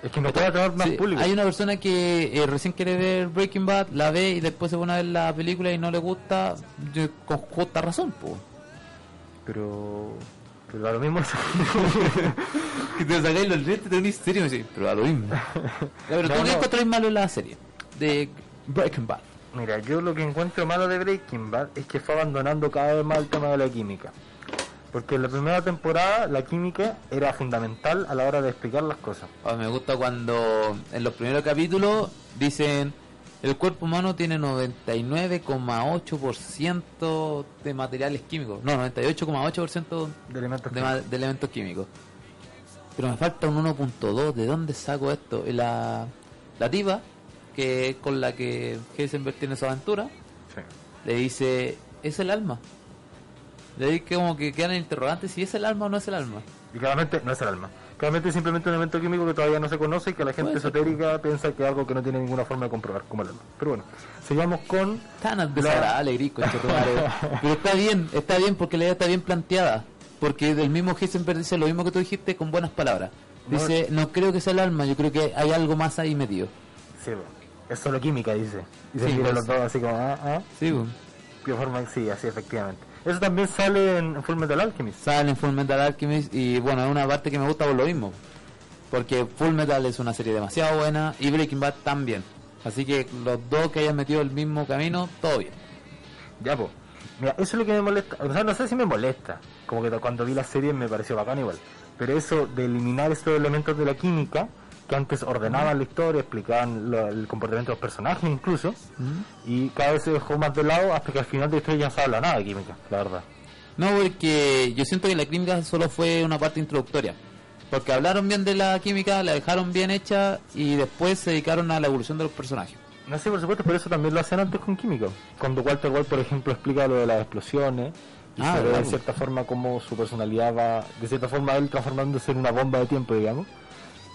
Speaker 2: Es que no puede atraer más
Speaker 1: Sí,
Speaker 2: público.
Speaker 1: Hay una persona que eh, recién quiere ver Breaking Bad, la ve y después se pone a ver la película y no le gusta, yo- con justa razón, pues.
Speaker 2: Pero... Pero da lo mismo.
Speaker 1: Que te sacáis los lentes de un serio y me decís, pero a lo mismo. pero
Speaker 2: No,
Speaker 1: tú qué
Speaker 2: no.
Speaker 1: encontráis malo en la serie de Breaking Bad.
Speaker 2: Mira, yo lo que encuentro malo de Breaking Bad es que fue abandonando cada vez más el tema de la química. Porque en la primera temporada la química era fundamental a la hora de explicar las cosas.
Speaker 1: Ah, me gusta cuando en los primeros capítulos dicen El cuerpo humano tiene 99,8% de materiales químicos. No, 98,8%
Speaker 2: de elementos
Speaker 1: de,
Speaker 2: químicos.
Speaker 1: ma- de elementos químicos. Pero me falta un 1.2. ¿De dónde saco esto? Y La, la tipa que, con la que Heisenberg tiene su aventura
Speaker 2: Sí.
Speaker 1: le dice: Es el alma. De ahí que como que quedan interrogantes si es el alma o no es el alma.
Speaker 2: Y claramente no es el alma. Claramente es simplemente un elemento químico que todavía no se conoce y que la gente
Speaker 1: Puede ser.
Speaker 2: esotérica piensa que es algo que no tiene ninguna forma de comprobar, como el alma. Pero bueno, sigamos con...
Speaker 1: Tan desagradable, Gris, conchetumare. Pero está bien, está bien porque la idea está bien planteada. Porque el mismo Heisenberg dice lo mismo que tú dijiste con buenas palabras. Dice, no creo que sea el alma, yo creo que hay algo más ahí metido.
Speaker 2: Sí, bueno, es solo química, dice. Y se
Speaker 1: Sí,
Speaker 2: miran
Speaker 1: pues.
Speaker 2: los dos así como, ah, ah.
Speaker 1: Sí, pues.
Speaker 2: De forma, sí, así efectivamente. Eso también sale en Full Metal Alchemist.
Speaker 1: Sale en Full Metal Alchemist y bueno, es una parte que me gusta por lo mismo. Porque Full Metal es una serie demasiado buena y Breaking Bad también. Así que los dos que hayan metido el mismo camino, todo bien.
Speaker 2: Ya, pues. Mira, eso es lo que me molesta. O sea, no sé si me molesta. Como que cuando vi la serie me pareció bacán igual. Pero eso de eliminar estos elementos de la química, que antes ordenaban la historia, explicaban lo- el comportamiento de los personajes incluso, y cada vez se dejó más de lado hasta que al final de la historia ya no se habla nada de química, la verdad.
Speaker 1: No, porque yo siento que la química solo fue una parte introductoria. Porque hablaron bien de la química, la dejaron bien hecha y después se dedicaron a la evolución de los personajes.
Speaker 2: No sé, por supuesto, pero eso también lo hacen antes con químico. Cuando Walter Wall, por ejemplo, explica lo de las explosiones y
Speaker 1: Ah,
Speaker 2: se ve
Speaker 1: claro.
Speaker 2: de cierta forma cómo su personalidad va, de cierta forma, él transformándose en una bomba de tiempo, digamos.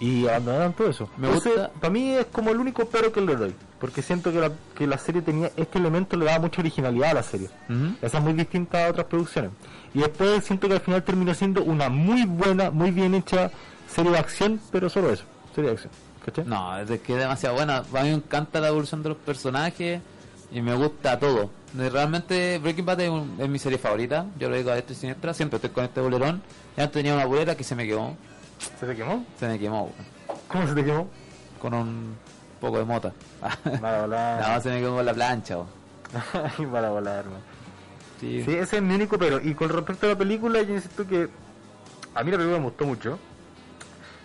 Speaker 2: Y abandonaron todo eso.
Speaker 1: Me gusta-
Speaker 2: Para mí es como el único pero que le doy. Porque siento que la, que la serie tenía este elemento, le daba mucha originalidad a la serie.
Speaker 1: Mm.
Speaker 2: Esa es muy distinta a otras producciones. Y después siento que al final terminó siendo una muy buena, muy bien hecha serie de acción, pero solo eso. Serie de acción. ¿Cachai?
Speaker 1: No, es que es demasiado buena. A mí me encanta la evolución de los personajes y me gusta todo. De- Realmente Breaking Bad es, un- es mi serie favorita. Yo lo digo a esto y siniestra. Siempre estoy con este bolerón. Ya tenía una bolera que se me quemó.
Speaker 2: ¿Se te quemó?
Speaker 1: Se me quemó weón.
Speaker 2: ¿Cómo se te quemó?
Speaker 1: con un poco de mota.
Speaker 2: Para
Speaker 1: no,
Speaker 2: volar.
Speaker 1: se me quemó con la plancha. weón.
Speaker 2: Ay, para volar, hermano.
Speaker 1: Sí.
Speaker 2: Sí, ese es mi único pero. Y con respecto a la película, yo insisto que a mí la película me gustó mucho.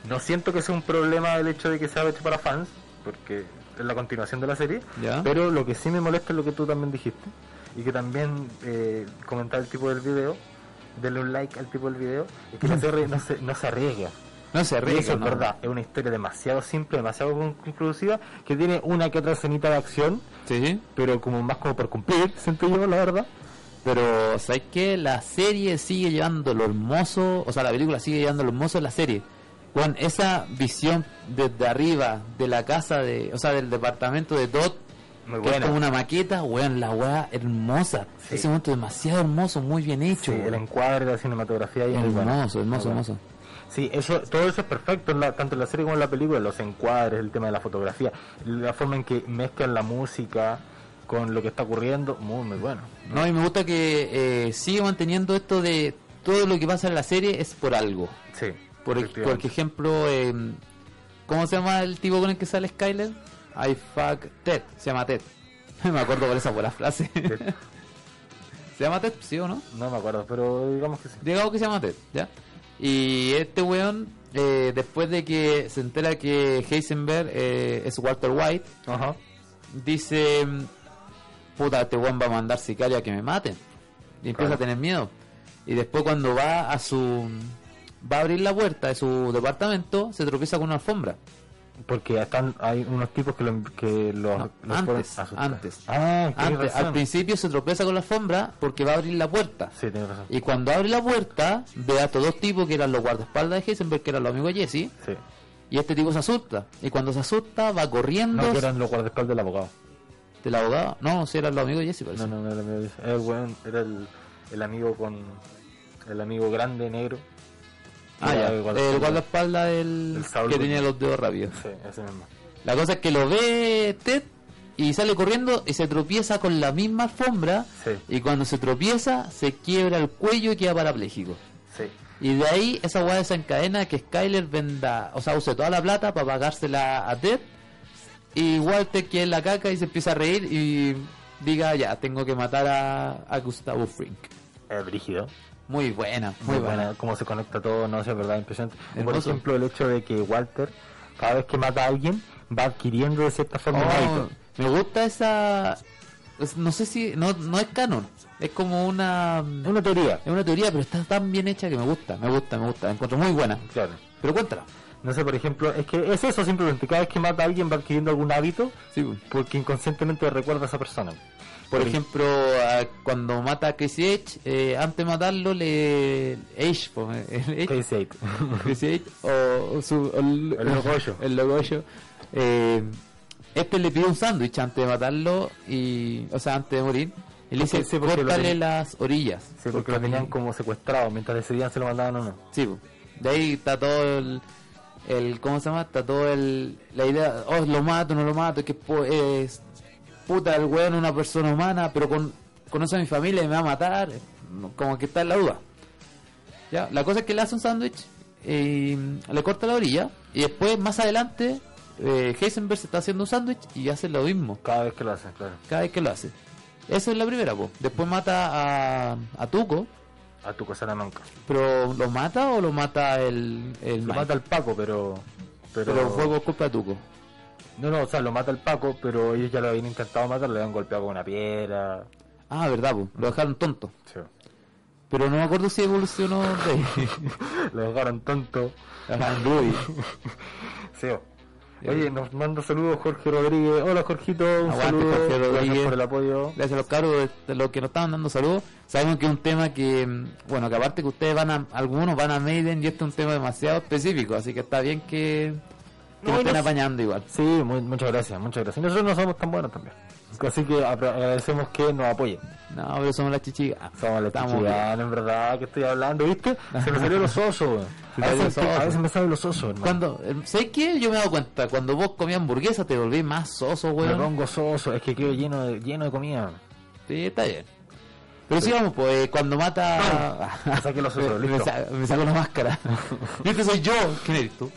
Speaker 2: No siento que sea un problema el hecho de que sea hecho para fans, porque es la continuación de la serie.
Speaker 1: Ya.
Speaker 2: Pero lo que sí me molesta es lo que tú también dijiste. Y que también eh, comentaba el tipo del video, darle un like al tipo del video, es que la serie no se, no se arriesga.
Speaker 1: No se ríe,
Speaker 2: Eso es
Speaker 1: no.
Speaker 2: verdad, es una historia demasiado simple, demasiado con- conclusiva, que tiene una que otra escenita de acción,
Speaker 1: Sí, sí.
Speaker 2: pero como más como por cumplir, siento yo, la verdad.
Speaker 1: Pero, ¿sabes qué? La serie sigue llevando lo hermoso, o sea, la película sigue llevando lo hermoso de la serie. Con esa visión desde arriba de la casa, de, o sea, del departamento de Todd,
Speaker 2: Muy
Speaker 1: que es
Speaker 2: buena.
Speaker 1: como una maqueta, weón, la weá hermosa.
Speaker 2: Sí.
Speaker 1: Ese momento demasiado hermoso, muy bien hecho.
Speaker 2: Sí, el
Speaker 1: weón.
Speaker 2: encuadre, la cinematografía y
Speaker 1: hermoso, hermoso, hermoso.
Speaker 2: Sí, eso, todo eso es perfecto, en la- tanto en la serie como en la película, los encuadres, el tema de la fotografía, la forma en que mezclan la música con lo que está ocurriendo, muy, muy bueno.
Speaker 1: No, y me gusta que eh, sigue manteniendo esto de todo lo que pasa en la serie es por algo.
Speaker 2: Sí,
Speaker 1: Por, ej- por
Speaker 2: efectivamente.
Speaker 1: ejemplo, eh, ¿cómo se llama el tipo con el que sale Skyler? I fuck Ted, se llama Ted. Me acuerdo por esa buena frase.
Speaker 2: Ted.
Speaker 1: se llama Ted, ¿sí o no?
Speaker 2: No me acuerdo, pero digamos que sí.
Speaker 1: Digamos que se llama Ted, ¿ya? Y este weón, eh, después de que se entera que Heisenberg eh, es Walter White,
Speaker 2: Ajá.
Speaker 1: dice, puta, este weón va a mandar sicario a que me maten. Y empieza
Speaker 2: Claro.
Speaker 1: a tener miedo. Y después cuando va a su... Va a abrir la puerta de su departamento, se tropieza con una alfombra.
Speaker 2: Porque están, hay unos tipos que, lo- que los,
Speaker 1: No,
Speaker 2: los
Speaker 1: antes,
Speaker 2: pueden asustar.
Speaker 1: antes.
Speaker 2: Ah, tienes
Speaker 1: Antes, al
Speaker 2: razón.
Speaker 1: principio se tropieza con la alfombra porque va a abrir la puerta.
Speaker 2: Sí, tienes razón.
Speaker 1: Y cuando abre la puerta, ve a estos dos tipos que eran los guardaespaldas de Heisenberg, que eran los amigos de Jesse,
Speaker 2: Sí.
Speaker 1: y este tipo se asusta. Y cuando se asusta, va corriendo
Speaker 2: No, que eran los guardaespaldas del abogado.
Speaker 1: del abogado. No, si eran los amigos de Jesse, parece.
Speaker 2: No, no, no era medio dice. Eh, weón, era el, el amigo con. El amigo grande, negro.
Speaker 1: ah,
Speaker 2: Era
Speaker 1: ya.
Speaker 2: el
Speaker 1: El,
Speaker 2: guardaespaldas.
Speaker 1: guardaespaldas del
Speaker 2: El Saul
Speaker 1: que
Speaker 2: Goodman.
Speaker 1: tenía los dedos rápidos.
Speaker 2: Sí, ese mismo.
Speaker 1: La cosa es que lo ve Ted y sale corriendo y se tropieza con la misma alfombra.
Speaker 2: Sí.
Speaker 1: Y cuando se tropieza, se quiebra el cuello y queda parapléjico.
Speaker 2: Sí.
Speaker 1: Y de ahí esa weá desencadena que Skyler venda, o sea, use toda la plata para pagársela a Ted. Y Walter que es la caca y se empieza a reír y diga, ya, tengo que matar a, a Gustavo Frink.
Speaker 2: Es Eh, brígido.
Speaker 1: Muy buena,
Speaker 2: Muy buena. Cómo se conecta todo, no sé, es verdad, impresionante. O Por
Speaker 1: Hermoso.
Speaker 2: ejemplo, el hecho de que Walter, cada vez que mata a alguien, va adquiriendo de cierta forma un
Speaker 1: Oh,
Speaker 2: hábito.
Speaker 1: Me gusta esa. es- No sé si. No, no es canon. Es como una. mm,
Speaker 2: Es una teoría.
Speaker 1: Es una teoría, pero está tan bien hecha que me gusta, me gusta, me gusta. La encuentro muy buena.
Speaker 2: Claro.
Speaker 1: Pero cuéntala.
Speaker 2: No sé, por ejemplo, es que es eso simplemente. Cada vez que mata a alguien va adquiriendo algún hábito
Speaker 1: Sí, pues.
Speaker 2: porque inconscientemente recuerda a esa persona.
Speaker 1: Por
Speaker 2: Por
Speaker 1: ejemplo, a- cuando mata a Crazy Edge, eh, antes de matarlo, le. Edge, po, eh, el Edge,
Speaker 2: Crazy Eight.
Speaker 1: Crazy Edge, o, o su- o el,
Speaker 2: El Locoyo.
Speaker 1: el Locoyo. Eh, este le pide un sándwich antes de matarlo, y o sea, antes de morir. Y le dice:
Speaker 2: Sí, porque lo
Speaker 1: córtale
Speaker 2: tenía-
Speaker 1: las orillas.
Speaker 2: Sí, porque lo tenían como secuestrado mientras decidían si lo mandaban o no.
Speaker 1: Sí, po. de ahí está todo el, el- ¿cómo se llama? Está todo el, la idea, oh, lo mato, no lo mato, que po- es, puta, el weón es una persona humana, pero con, conoce a mi familia y me va a matar, No, como que está en la duda. Ya, la cosa es que le hace un sándwich, eh, le corta la orilla, y después, más adelante, eh, Heisenberg se está haciendo un sándwich y hace lo mismo,
Speaker 2: Cada vez que lo hacen, claro.
Speaker 1: cada vez que lo hace. Esa es la primera, po. Después mata a, a Tuco,
Speaker 2: A tu cosa manca.
Speaker 1: pero ¿lo mata o lo mata el, el
Speaker 2: Lo
Speaker 1: Mike?
Speaker 2: mata el Paco, pero. Pero,
Speaker 1: Pero, fue por culpa de Tuco.
Speaker 2: No, no, o sea, lo mata el Paco, pero ellos ya lo habían intentado matar, le habían golpeado con una piedra.
Speaker 1: Ah, verdad, po, lo dejaron tonto.
Speaker 2: Sí.
Speaker 1: Pero no me acuerdo si evolucionó de...
Speaker 2: Lo dejaron tonto.
Speaker 1: Ajá, Rudy.
Speaker 2: Sí. Oye, nos manda saludos Jorge Rodríguez. Hola Jorgito, un
Speaker 1: Aguante,
Speaker 2: saludo.
Speaker 1: Jorge Rodríguez.
Speaker 2: Gracias por el apoyo.
Speaker 1: Gracias a los cabros de los que nos estaban dando saludos. Sabemos que es un tema que, mm, bueno, que aparte que ustedes van a, algunos van a Maiden y este es un tema demasiado específico, así que está bien que, que
Speaker 2: No,
Speaker 1: nos
Speaker 2: y
Speaker 1: estén
Speaker 2: nos-
Speaker 1: apañando igual.
Speaker 2: Sí, mu- muchas gracias, muchas gracias. Nosotros no somos tan buenos también. Así que apra- agradecemos que nos apoyen.
Speaker 1: No, pero somos las Ah, chichigas.
Speaker 2: Somos los
Speaker 1: Estamos
Speaker 2: chichiganos, en verdad, que estoy hablando, ¿viste? Se me salió los osos, weón.
Speaker 1: Se
Speaker 2: A
Speaker 1: salió
Speaker 2: veces,
Speaker 1: los osos.
Speaker 2: a veces me salen los osos, hermano.
Speaker 1: Cuando, eh, ¿sabes qué? Yo me he dado cuenta, cuando vos comías hamburguesa te volví más soso,
Speaker 2: Me
Speaker 1: weón.
Speaker 2: pongo soso, es que quedo lleno de, lleno de comida.
Speaker 1: Sí, está bien. Pero sigamos, pues, eh, cuando mata...
Speaker 2: Me saqué los osos,
Speaker 1: me, me
Speaker 2: listo.
Speaker 1: sa- me saco la máscara. y este soy yo. ¿Quién eres tú?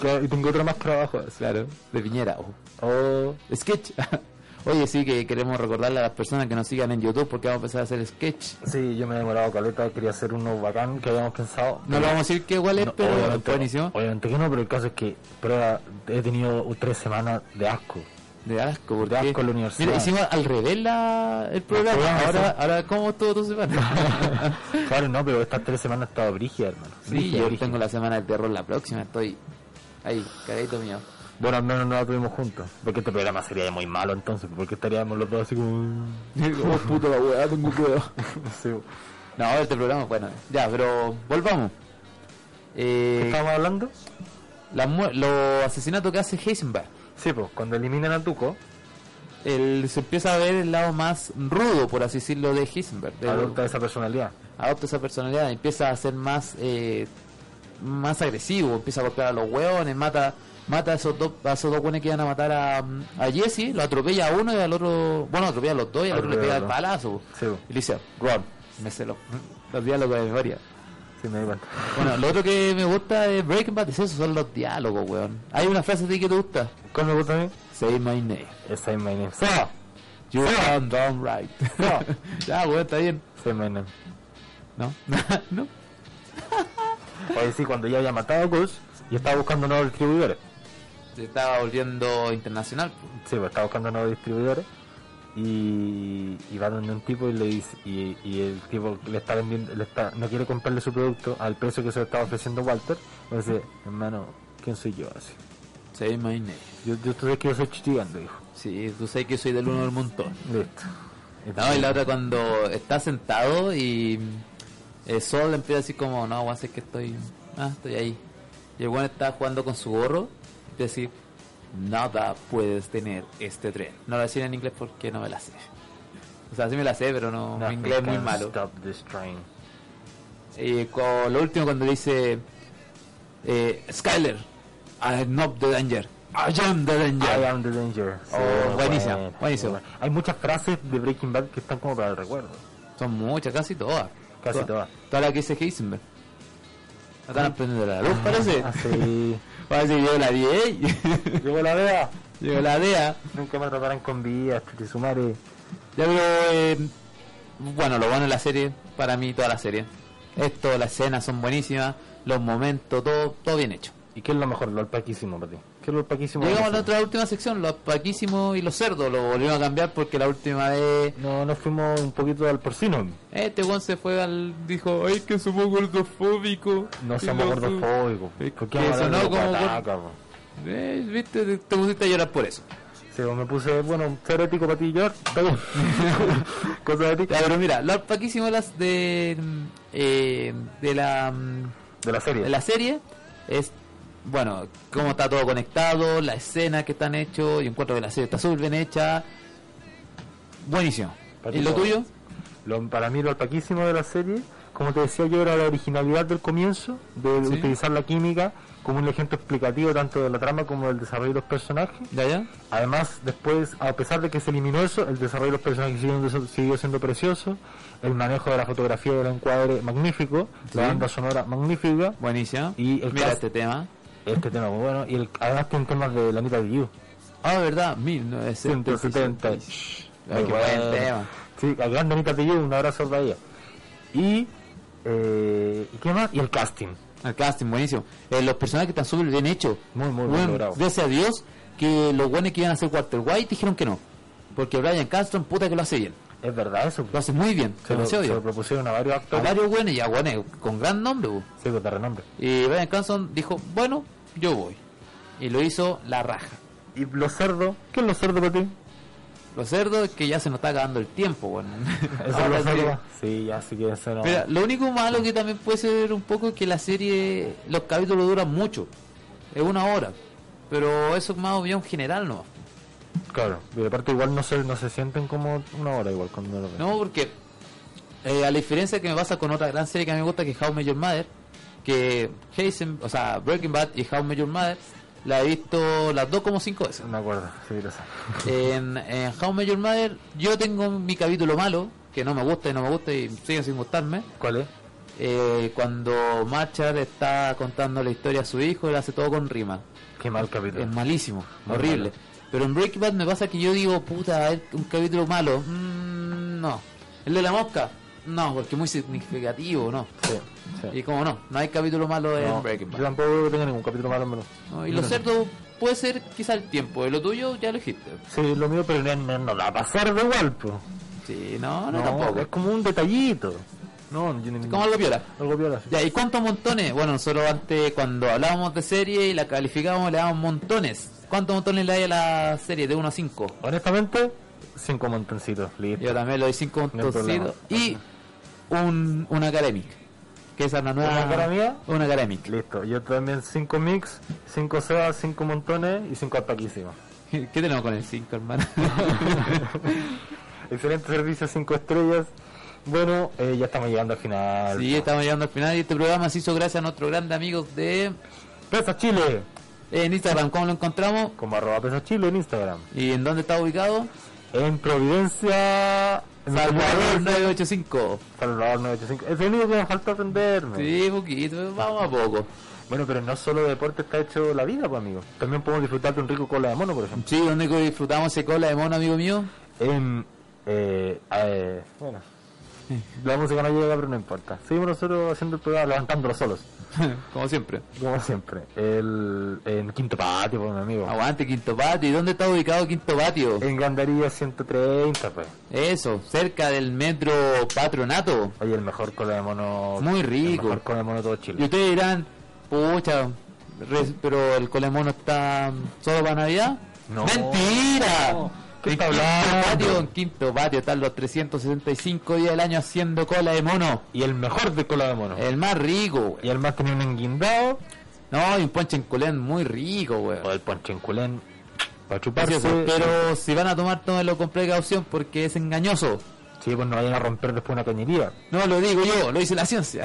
Speaker 2: Claro, Y tengo otra más trabajo.
Speaker 1: claro. De Piñera. ojo.
Speaker 2: Oh,
Speaker 1: Sketch. Oye, sí que queremos recordarle a las personas que nos sigan en YouTube porque vamos a empezar a hacer sketch.
Speaker 2: sí, yo me he demorado caleta, quería hacer uno bacán que habíamos pensado.
Speaker 1: No lo vamos a decir que igual es,
Speaker 2: No,
Speaker 1: pero
Speaker 2: obviamente,
Speaker 1: buenísimo.
Speaker 2: obviamente que no, pero el caso es que prueba, he tenido tres semanas de asco.
Speaker 1: De asco, porque...
Speaker 2: De asco en la universidad.
Speaker 1: Mira, hicimos al revés la- el programa.
Speaker 2: programa,
Speaker 1: ahora,
Speaker 2: sí.
Speaker 1: ahora, ¿cómo estuvo tu semana?
Speaker 2: claro, no, pero estas tres semanas he estado brígida, hermano.
Speaker 1: sí,
Speaker 2: Brígida,
Speaker 1: yo
Speaker 2: brígida.
Speaker 1: tengo la semana del terror la próxima. Estoy ahí, cagadito mío.
Speaker 2: Bueno, al menos no la tuvimos juntos. Porque este programa sería muy malo entonces, porque estaríamos los dos así como...
Speaker 1: oh, puto la weá, tengo cuidado.
Speaker 2: Sí.
Speaker 1: No, este programa, bueno, ya, pero volvamos.
Speaker 2: ¿Qué
Speaker 1: Eh,
Speaker 2: estábamos hablando?
Speaker 1: la mu- los asesinatos que hace Heisenberg.
Speaker 2: Sí, pues, cuando eliminan a Tuco,
Speaker 1: Él se empieza a ver el lado más rudo, por así decirlo, de Heisenberg. De-
Speaker 2: adopta esa personalidad.
Speaker 1: adopta esa personalidad, empieza a ser más eh, más agresivo, empieza a golpear a los hueones, mata mata a esos dos a esos dos hueones que iban a matar a, a Jesse, lo atropella a uno y al otro, bueno, atropella a los dos y al otro le
Speaker 2: Atropella
Speaker 1: pega
Speaker 2: a
Speaker 1: el
Speaker 2: los dos.
Speaker 1: palazo.
Speaker 2: Sí, po.
Speaker 1: Y le dice, Ron, me sé los, los diálogos de memoria.
Speaker 2: Sí, me di cuenta.
Speaker 1: Bueno, lo otro que me gusta de Breaking Bad es eso, son los diálogos, weón. Hay una frase de ti que te gusta.
Speaker 2: ¿Cuál me gusta a mí?
Speaker 1: Say my name.
Speaker 2: Esa es my name. ¡Seba!
Speaker 1: You
Speaker 2: Sí.
Speaker 1: sound damn right.
Speaker 2: No.
Speaker 1: ya, weón, está bien.
Speaker 2: Say my name.
Speaker 1: No, no.
Speaker 2: Oye, sí, cuando ya había matado a Gus, yo estaba buscando nuevos distribuidores.
Speaker 1: Se estaba volviendo internacional.
Speaker 2: Sí, pues estaba buscando nuevos distribuidores. Y, y va donde un tipo y le dice, y, y el tipo le está vendiendo, le está, no quiere comprarle su producto al precio que se le estaba ofreciendo Walter. Y dice, hermano, ¿quién soy yo? Así.
Speaker 1: Say my name.
Speaker 2: Yo, yo tú sabes que yo soy chichigando, dijo.
Speaker 1: Sí, tú sabes que soy del uno del montón.
Speaker 2: Listo.
Speaker 1: No, y la otra cuando está sentado y el sol empieza así como, no, voy a hacer que estoy, ah, estoy ahí. Y el weón está jugando con su gorro y decir, nada puedes tener este tren. No lo decir en inglés porque no me la sé. O sea, sí me la sé, pero no, mi
Speaker 2: Nothing
Speaker 1: inglés es muy
Speaker 2: can
Speaker 1: malo.
Speaker 2: Stop this train.
Speaker 1: Y con lo último cuando dice, eh, Skyler, I am not the danger, I am the danger.
Speaker 2: I am the danger.
Speaker 1: Oh, buenísima, buenísima.
Speaker 2: bueno. Hay muchas frases de Breaking Bad que están como para el recuerdo.
Speaker 1: Son muchas, casi todas.
Speaker 2: Casi
Speaker 1: Toda-
Speaker 2: todas.
Speaker 1: Todas las que dice Heisenberg. La Están aprendiendo la
Speaker 2: Ah,
Speaker 1: luz, parece.
Speaker 2: Así.
Speaker 1: Parece que yo la vi, ¿eh?
Speaker 2: Llegó la vea.
Speaker 1: Llegó la DEA.
Speaker 2: Nunca me tratarán con vida, de su madre.
Speaker 1: Ya, pero. eh, bueno, lo bueno de la serie, para mí, toda la serie. Esto, las escenas son buenísimas, los momentos, todo, todo bien hecho.
Speaker 2: ¿Y qué es lo mejor, lo alpaquísimo para ti? ¿Qué es lo paquísimo?
Speaker 1: Llegamos a
Speaker 2: Brasil?
Speaker 1: nuestra última sección, los paquísimos y los cerdos. Lo volvimos a cambiar porque la última vez
Speaker 2: No, nos fuimos un poquito al porcino.
Speaker 1: este weón se fue al. Dijo, ay, que somos gordofóbico.
Speaker 2: No somos gordofóbicos.
Speaker 1: Eh,
Speaker 2: ¿Por
Speaker 1: que
Speaker 2: qué vamos a hablar
Speaker 1: sonó
Speaker 2: de
Speaker 1: como
Speaker 2: guataca, po?
Speaker 1: Eh, viste, te, te pusiste a llorar por eso.
Speaker 2: Sí, pues me puse, bueno, ser ético para ti, llorar. Está bien. Cosa ética.
Speaker 1: Ya, pero mira, los paquísimos las de. eh, de la. mm,
Speaker 2: De la serie.
Speaker 1: de la serie es bueno cómo está todo conectado la escena que están hecho yo encuentro que la serie está súper bien hecha buenísimo
Speaker 2: Para ti
Speaker 1: y lo
Speaker 2: todo.
Speaker 1: tuyo
Speaker 2: Lo- para mí lo alpaquísimo de la serie, como te decía yo, era la originalidad del comienzo, de
Speaker 1: Sí.
Speaker 2: utilizar la química como un elemento explicativo tanto de la trama como del desarrollo de los personajes.
Speaker 1: ya ya
Speaker 2: Además, después, a pesar de que se eliminó eso, el desarrollo de los personajes siguió, siguió siendo precioso, el manejo de la fotografía era un cuadro magnífico,
Speaker 1: Sí.
Speaker 2: la banda sonora magnífica,
Speaker 1: buenísimo
Speaker 2: Y el
Speaker 1: mira
Speaker 2: cast-
Speaker 1: este tema
Speaker 2: este tema muy bueno, y el, además tiene temas de la mitad de You.
Speaker 1: ah verdad 1970
Speaker 2: 170.
Speaker 1: Ay, qué buen tema
Speaker 2: Sí, a grande Anita Tellez, un abrazo para ella. Y, eh, ¿y ¿qué más? Y el casting.
Speaker 1: el casting buenísimo Eh, los personajes están súper bien hechos
Speaker 2: Muy, muy bien
Speaker 1: Bueno,
Speaker 2: logrado.
Speaker 1: gracias a Dios que los buenos que iban a hacer Walter White dijeron que no porque Brian Castron puta que lo hace bien
Speaker 2: Es verdad eso.
Speaker 1: lo hace muy bien
Speaker 2: Se lo,
Speaker 1: demasiado
Speaker 2: se lo
Speaker 1: bien
Speaker 2: propusieron a varios
Speaker 1: a
Speaker 2: actores.
Speaker 1: varios buenos y a buenos con gran nombre bu.
Speaker 2: Sí, pues, de renombre.
Speaker 1: Y Brian Cranston dijo, bueno, yo voy. Y lo hizo la raja.
Speaker 2: Y los cerdos. ¿Qué es los cerdos para ti?
Speaker 1: Los cerdos que ya se nos está acabando el tiempo. Bueno.
Speaker 2: Eso es
Speaker 1: Ahora
Speaker 2: los
Speaker 1: sí.
Speaker 2: cerdos. Sí, ya sí que eso no.
Speaker 1: Mira, lo único malo que también puede ser un poco es que la serie, los capítulos duran mucho. Es una hora. Pero eso es más bien general, ¿no?
Speaker 2: Claro. Y aparte igual no se, no se sienten como una hora igual cuando lo ven.
Speaker 1: No, porque eh, a la diferencia que me pasa con otra gran serie que a mí me gusta, que es How I Met Your Mother, que Jason, o sea, Breaking Bad y How I Met Your Mother, la he visto las dos como cinco veces.
Speaker 2: No me acuerdo. Sí, lo sé.
Speaker 1: en, en How I Met Your Mother yo tengo mi capítulo malo que no me gusta y no me gusta y sigue sin gustarme
Speaker 2: ¿Cuál es?
Speaker 1: eh, cuando Marchard está contando la historia a su hijo él hace todo con rima
Speaker 2: Qué mal capítulo.
Speaker 1: es malísimo
Speaker 2: Muy
Speaker 1: horrible
Speaker 2: malo.
Speaker 1: pero en Breaking Bad me pasa que yo digo puta a ver, un capítulo malo Mm, no el de la mosca no porque es muy significativo no
Speaker 2: Sí, sí.
Speaker 1: y como no no hay capítulo malo en
Speaker 2: No,
Speaker 1: Breaking
Speaker 2: yo
Speaker 1: Bad
Speaker 2: tampoco creo que tenga ningún capítulo malo, menos.
Speaker 1: No, y lo cierto puede ser quizá el tiempo y lo tuyo ya lo dijiste
Speaker 2: Sí, lo mío, pero no, no, no la va a pasar de igual, pues.
Speaker 1: sí no no,
Speaker 2: No,
Speaker 1: tampoco
Speaker 2: es como un detallito. No, yo ni-
Speaker 1: como algo piola
Speaker 2: algo viola.
Speaker 1: Ya, ¿y cuántos montones? Bueno, nosotros antes cuando hablábamos de serie y la calificábamos le dábamos montones. ¿Cuántos montones le dais a la serie? De 1 a 5.
Speaker 2: Honestamente, cinco montoncitos, listo.
Speaker 1: Yo también le doy 5
Speaker 2: No hay problema.
Speaker 1: montoncitos. Y un, un academic. Que esa es la nueva...
Speaker 2: ¿Una academia?
Speaker 1: Un academic.
Speaker 2: Listo, yo también cinco mix, cinco seas, cinco montones y cinco ataquísimos.
Speaker 1: ¿Qué tenemos con el 5, hermano?
Speaker 2: Excelente servicio, cinco estrellas. Bueno, eh, ya estamos llegando al final.
Speaker 1: sí, estamos llegando al final y este programa se hizo gracias a nuestros grandes amigos de...
Speaker 2: Pesa Chile,
Speaker 1: En Instagram, ¿cómo lo encontramos?
Speaker 2: como arroba Pesa Chile en Instagram.
Speaker 1: ¿Y en dónde está ubicado?
Speaker 2: En Providencia, en
Speaker 1: Salvador
Speaker 2: Salvador,
Speaker 1: 985.
Speaker 2: Salvador 985. Es el único que me falta aprenderme.
Speaker 1: Sí, poquito, vamos a poco.
Speaker 2: Bueno, pero no solo de deporte está hecho la vida, pues amigo. También podemos disfrutar de un rico cola de mono, por ejemplo.
Speaker 1: Sí, ¿dónde disfrutamos ese cola de mono, amigo mío?
Speaker 2: En, eh, eh, bueno, la música no llega, pero no importa. Seguimos nosotros haciendo el programa, levantándolo solos,
Speaker 1: Como siempre.
Speaker 2: como siempre. El, en Quinto Patio, pues, mi amigo.
Speaker 1: Aguante, Quinto Patio. ¿Y dónde está ubicado Quinto Patio?
Speaker 2: En Gandaría 130, pues.
Speaker 1: Eso, cerca del metro Patronato.
Speaker 2: Oye, el mejor cola de mono.
Speaker 1: Muy
Speaker 2: El
Speaker 1: rico.
Speaker 2: mejor cola de mono de todo
Speaker 1: Y
Speaker 2: Chile.
Speaker 1: ustedes dirán, pucha, res- pero el colemono está solo para Navidad.
Speaker 2: No.
Speaker 1: ¡Mentira!
Speaker 2: No. ¿Qué
Speaker 1: En
Speaker 2: está
Speaker 1: Quinto
Speaker 2: hablando?
Speaker 1: Patio, en Quinto Patio están los 365 días del año haciendo cola de mono.
Speaker 2: Y el mejor de cola de mono.
Speaker 1: El más rico, güey.
Speaker 2: Y el más tenía un enguindado.
Speaker 1: No, y un ponche en colén muy rico, güey.
Speaker 2: O el ponchenculén. Para
Speaker 1: Así
Speaker 2: chuparse.
Speaker 1: es, Pero si van a tomar, tómenlo con precaución porque es engañoso.
Speaker 2: Sí, pues no vayan a romper después una cañería.
Speaker 1: No lo digo yo, lo dice la ciencia.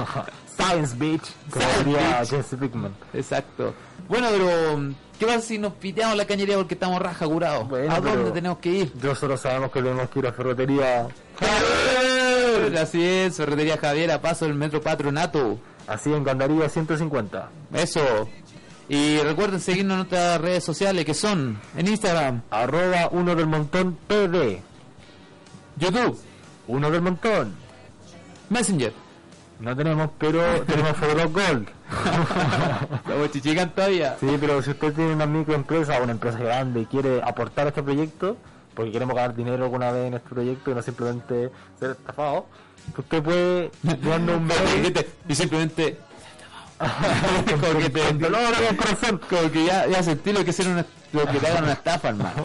Speaker 2: Science Beach. Como
Speaker 1: Science
Speaker 2: diría
Speaker 1: Beach.
Speaker 2: Jesse Pickman.
Speaker 1: Exacto. Bueno, pero ¿qué pasa si nos piteamos la cañería porque estamos raja curados?
Speaker 2: Bueno,
Speaker 1: ¿A dónde
Speaker 2: pero-
Speaker 1: tenemos que ir?
Speaker 2: Nosotros sabemos que tenemos que ir a ferretería.
Speaker 1: Así es, Ferretería Javier, a paso del Metro Patronato.
Speaker 2: Así en Gandaría 150.
Speaker 1: Eso. Y recuerden seguirnos en nuestras redes sociales que son en Instagram,
Speaker 2: Arroba uno del montón PD.
Speaker 1: YouTube,
Speaker 2: Uno del montón.
Speaker 1: Messenger.
Speaker 2: No tenemos, pero tenemos Fotolog Gold.
Speaker 1: Los bochichican todavía.
Speaker 2: Sí, pero si usted tiene una microempresa o una empresa grande y quiere aportar a este proyecto, porque queremos ganar dinero alguna vez en este proyecto y no simplemente ser estafados, usted puede darnos un mail
Speaker 1: Y simplemente
Speaker 2: con
Speaker 1: como que te-
Speaker 2: con dolor en el corazón.
Speaker 1: como que ya, ya sentí lo que es ser una, lo que te hagan una estafa, hermano.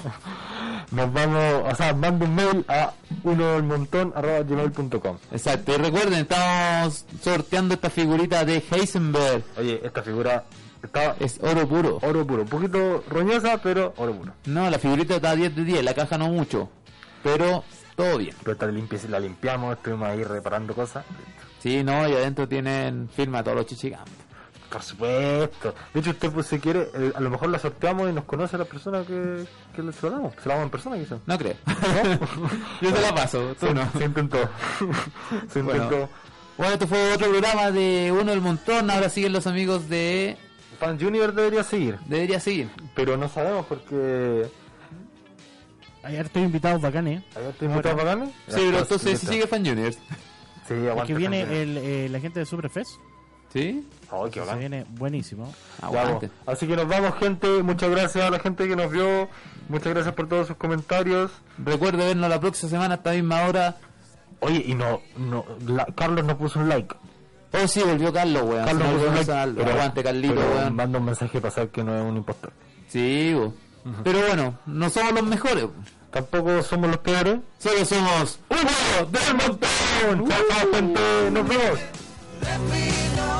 Speaker 2: Nos vamos, o sea, manda un mail a uno del montón arroba gmail.com.
Speaker 1: Exacto, y recuerden, estamos sorteando esta figurita de Heisenberg.
Speaker 2: Oye, esta figura está
Speaker 1: Es oro puro.
Speaker 2: oro puro, un poquito roñosa, pero oro puro.
Speaker 1: No, la figurita está 10 de 10, la caja no mucho. Pero todo bien.
Speaker 2: Pero esta limpia, la limpiamos, estuvimos ahí reparando cosas.
Speaker 1: Sí, no, y adentro tienen firma de todos los chichigan.
Speaker 2: Por supuesto. De hecho, usted pues, si quiere, eh, a lo mejor la sorteamos y nos conoce a la persona que, que le- se la damos. Se la damos en persona, quizás.
Speaker 1: No creo. Yo te la paso, tú
Speaker 2: Se,
Speaker 1: no.
Speaker 2: se intentó. se
Speaker 1: Bueno.
Speaker 2: intentó.
Speaker 1: Bueno, esto fue otro programa de Uno del Montón. Ahora siguen los amigos de.
Speaker 2: Fan Junior debería seguir,
Speaker 1: Debería seguir.
Speaker 2: pero no sabemos porque.
Speaker 3: Hay hartos invitados bacanes. ¿eh?
Speaker 2: ¿Había invitado
Speaker 3: Ahora.
Speaker 2: Pagani?
Speaker 1: Sí, pero entonces si sigue Fan Juniors.
Speaker 2: Sí, aguanta.
Speaker 3: Que viene
Speaker 2: Fan Junior.
Speaker 3: el, eh, la gente de Superfest.
Speaker 1: ¿Sí?
Speaker 2: Ay, qué
Speaker 3: Se
Speaker 2: bacán.
Speaker 3: viene buenísimo.
Speaker 2: Ya,
Speaker 1: Aguante.
Speaker 2: vos. Así que nos vamos, gente. Muchas gracias a la gente que nos vio. Muchas gracias por todos sus comentarios.
Speaker 1: Recuerde vernos la próxima semana a esta misma hora.
Speaker 2: Oye, y no, no la- Carlos nos puso un like.
Speaker 1: Oh, sí, volvió Carlos, weón.
Speaker 2: Carlos
Speaker 1: Se me
Speaker 2: nos puso
Speaker 1: olvidó
Speaker 2: un like.
Speaker 1: mencionarlo.
Speaker 2: pero-
Speaker 1: Aguante, Carlito,
Speaker 2: pero
Speaker 1: weón.
Speaker 2: Manda un mensaje para saber que no es un impostor.
Speaker 1: Sí, weón. Pero bueno, no somos los mejores.
Speaker 2: Tampoco somos los peores.
Speaker 1: Solo somos uno del montón.
Speaker 2: Chao, chao, gente. Nos vemos.
Speaker 4: Let me know